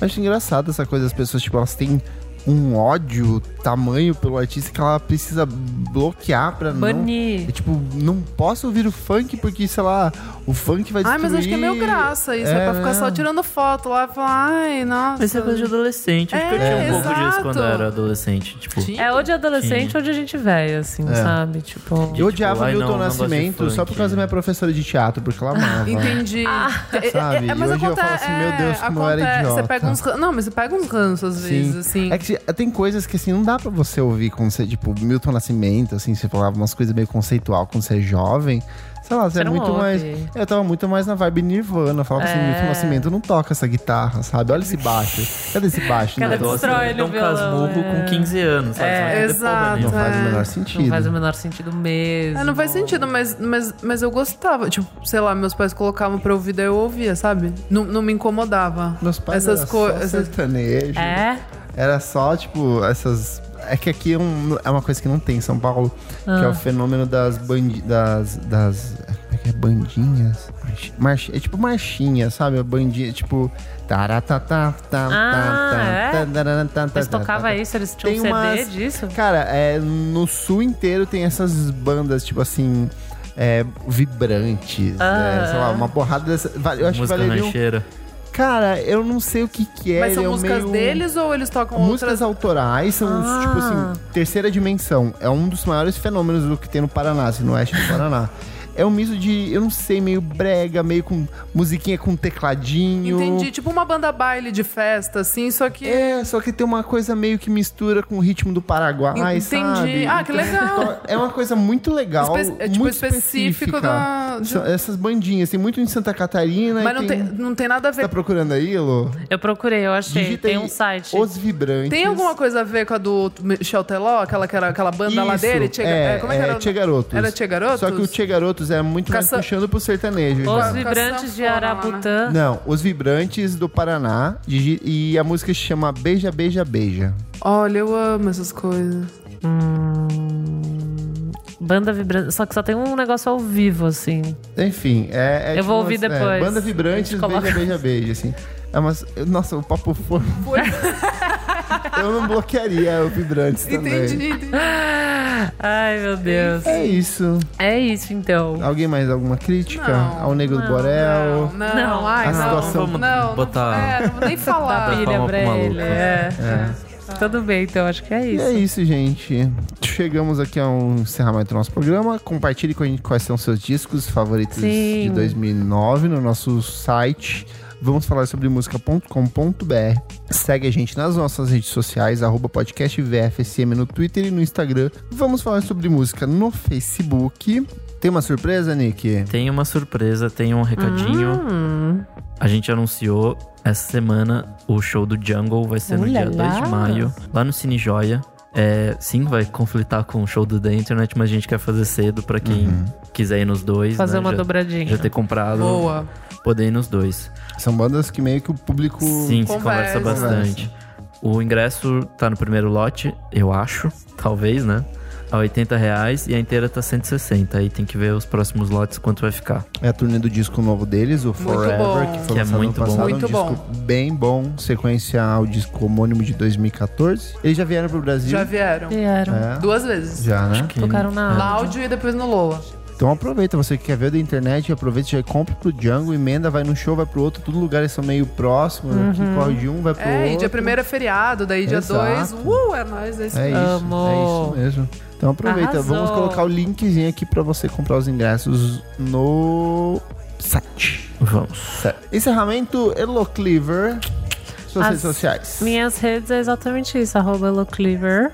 Acho engraçado essa coisa, as pessoas, tipo, elas têm um ódio tamanho pelo artista que ela precisa bloquear pra não.
Banir.
É tipo, não posso ouvir o funk porque, sei lá, o funk vai
Ai,
destruir...
mas acho que é meio graça isso. É,
É,
pra ficar só
né?
tirando foto lá e falar, ai, nossa.
Mas isso é coisa de adolescente. Acho que eu
É,
tinha um pouco disso
exato.
quando eu era adolescente. Tipo,
Tinha.
É ou de adolescente ou de gente velha, assim,
É.
sabe? Tipo.
Eu odiava
ai,
o Milton
não, não gosto de
Nascimento só por
funk.
causa da minha professora de teatro, porque
Ah,
ela amava.
Entendi.
Ah.
É, é,
Sabe?
é, mas
E hoje eu
acontece,
falo assim, meu Deus,
é,
como eu era
acontece, Você
idiota.
pega uns, ran- não, mas você pega uns ranços às vezes,
Sim.
assim.
É que eh, tem coisas que, assim, não dá pra você ouvir quando você, tipo, Milton Nascimento, assim, você falava umas coisas meio conceitual quando você é jovem. Sei lá, você
Você
é
não
muito
ouve.
mais... Eu tava muito mais na vibe Nirvana. Eu falava assim,
É.
Milton Nascimento não toca essa guitarra, sabe? Olha esse baixo. Cadê esse
Né? Então,
baixo? né?
Cadê
Não,
esse
assim,
não
baixo? destrói
Dom
no violão,
Casmurro
é.
um com 15 anos, um sabe?
É,
Não tem porra
exato.
nenhuma.
faz o menor
Não faz o
sentido.
menor sentido mesmo.
Ah, não faz sentido, mas, mas, mas eu gostava. Tipo, sei lá, meus pais colocavam pra ouvir, daí eu ouvia, sabe? Não, não me incomodava.
Meus pais
Essas
era só
coisas- essas-
sertanejo.
É?
Era só, tipo, essas. É que aqui é, um- é uma coisa que não tem em São Paulo, que é
Ah.
o fenômeno das bandi... das. das. Como é que é? Bandinhas? Marchi- marchi- É tipo marchinha, sabe? A bandinha, tipo. taratatá, tá,
Ah,
tá, tá,
é?
tá, tarará, tá, tá,
Eles
tá,
tocavam
tá,
isso, eles tinham
Tem
CD
umas-
disso?
Cara, é, no sul inteiro tem essas bandas, tipo assim. é, vibrantes, né? sei
Ah.
lá, uma porrada dessa. va- Eu acho
Música
que valeria. um-
rancheira.
Cara, eu não sei o que, que é.
mas são
ele é um
músicas
meio-
deles ou eles tocam
Músicas
outras?
autorais são,
Ah.
tipo assim, terceira dimensão. É um dos maiores fenômenos do que tem no Paraná, assim, no oeste do Paraná. É um misto de, eu não sei, meio brega, meio com musiquinha com tecladinho.
Entendi, tipo uma banda baile de festa, assim, só que.
É, só que tem uma coisa meio que mistura com o ritmo do Paraguai,
Entendi.
sabe?
Ah, que legal.
Então, É uma coisa muito legal,
Espe- é, tipo,
muito
específico
específica.
da- de-
São Essas bandinhas, tem muito em Santa Catarina.
mas
e
não tem,
tem...
não tem nada a
Tá
ver.
procurando aí, Lu?
Eu procurei, eu achei.
Digita
Tem
aí
um site.
Os Vibrantes.
Tem alguma coisa a ver com a do Michel Teló, aquela, que era- aquela banda lá
Isso,
dele? Tchê-
é,
é, como é que era?
Tia Garotos.
Era Tia Garotos?
Só que o Tia Garotos é muito
Caça-
mais puxando pro sertanejo.
Os
já.
Vibrantes de
sanfona lá, né?
Arabutã.
Não, Os Vibrantes do Paraná. digi- E a música se chama Beija, Beija, Beija.
Olha, eu amo essas coisas.
Banda Vibrante. Só que só tem um negócio ao vivo, assim.
Enfim, é... é
Eu
tipo
vou ouvir
umas- é,
depois.
banda
A
Vibrantes,
gente coloca.
Beija, Beija, Beija, assim. É umas, nossa, o papo foi... eu não bloquearia o Vibrantes também.
Entendi, entendi.
Ai, meu Deus.
É isso.
É isso, então.
Alguém mais alguma crítica?
Não,
Ao Negro do Borel?
Não, não,
Não.
ai,
É A
não.
situação-
Não,
Vamos
não,
botar-
é, não vou nem falar.
Dá pilha
palma
pra
pro maluco.
ele. É. Tudo bem, então. Acho que é
E
isso.
é isso, gente. Chegamos aqui ao encerramento do nosso programa. Compartilhe com a gente quais são seus discos favoritos
Sim.
de 2009 no nosso site. Vamos falar sobre música.com.br. Segue a gente nas nossas redes sociais, arroba podcast VFSM no Twitter e no Instagram. Vamos falar sobre música no Facebook. Tem uma surpresa, Nick?
Tem uma surpresa, tem um recadinho.
Hum.
A gente anunciou essa semana o show do Jungle, vai ser no
Olha
dia
lá.
2 de maio, lá no Cine Joia. É, sim, vai conflitar com o show do The Internet, mas a gente quer fazer cedo pra quem
Uhum.
quiser ir nos dois.
Fazer
né?
uma
já,
dobradinha.
Já ter comprado,
Boa.
poder ir nos dois.
São bandas que meio que o público...
Sim, se
conversa.
conversa bastante. O ingresso tá no primeiro lote, eu acho. Talvez, né? a 80 reais e a inteira tá 160. Aí tem que ver os próximos lotes quanto vai ficar.
É a turnê do disco novo deles, o Forever,
bom.
que foi
Que
lançado
é
ano
muito bom.
passado,
Muito
um disco bem bom, sequencial, disco homônimo de 2014. Eles já vieram pro Brasil?
Já vieram.
Vieram.
É,
Duas vezes.
já, né?
Que-
Tocaram na
No
áudio.
áudio e depois no Loa.
Então aproveita, você que quer ver da internet, aproveita, já compra pro Django, emenda, vai num show, vai pro outro, todo lugar eles são meio próximos, aqui corre de um, vai pro outro.
Uhum. É, e dia primeiro é feriado, daí dia
Exato.
dois uh, é nóis. É isso.
É isso,
Amo.
é isso mesmo. Então aproveita,
Arrasou.
vamos colocar o linkzinho aqui pra você comprar os ingressos no site.
Vamos.
Certo. Encerramento, Elocliver, suas
As
redes sociais.
Minhas redes é exatamente isso, arroba Locliver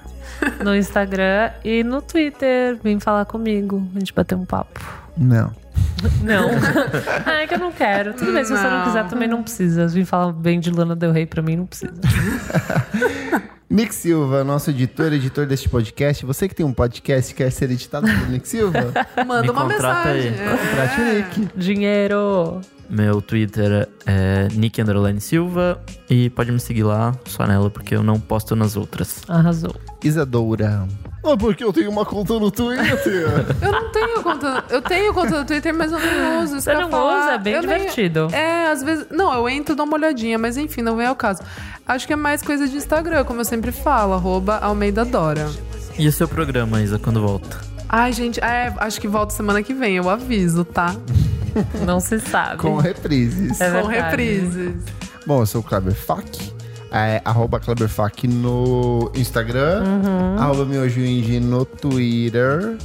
no Instagram e no Twitter. Vem falar comigo, a gente bater um papo.
Não.
Não. ah, é que eu não quero. Tudo bem, se você não
Não.
quiser também não precisa. Vem falar bem de Lana Del Rey pra mim, não precisa.
Nick Silva, nosso editor, editor deste podcast. Você que tem um podcast e quer ser editado pelo Nick Silva,
Manda
Me
uma
contrata
mensagem.
aí.
É.
contrate o Nick.
Dinheiro!
Meu Twitter é Nick Underline Silva e pode me seguir lá, só nela, porque eu não posto nas outras.
Arrasou.
Isadoura. Ah, porque eu tenho uma conta no Twitter.
Eu não tenho conta. Eu tenho conta do Twitter, mas eu não uso. isso
Você
que eu
não
ia falar.
usa? É bem
Eu nem-
divertido.
É, às vezes. Não, eu entro, dou uma olhadinha, mas enfim, não vem ao caso. Acho que é mais coisa de Instagram, como eu sempre falo, arroba Almeida Dora.
E o seu programa, Isa, quando volta?
Ai, gente, é, acho que volta semana que vem, eu aviso, tá?
Não se sabe.
com reprises.
É
Com
verdade.
reprises.
Bom, eu sou o Kleber Fak. É, arroba Kleber Fak no Instagram. Arroba Miojuinji no Twitter.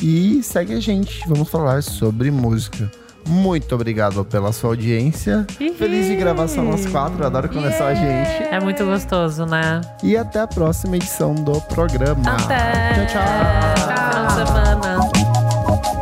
E segue a gente. Vamos falar sobre música. Muito obrigado pela sua audiência.
Ih.
Feliz de gravação às quatro. Adoro quando é só a gente.
É muito gostoso, né?
E até a próxima edição do programa.
Até!
Tchau, tchau.
Final de semana!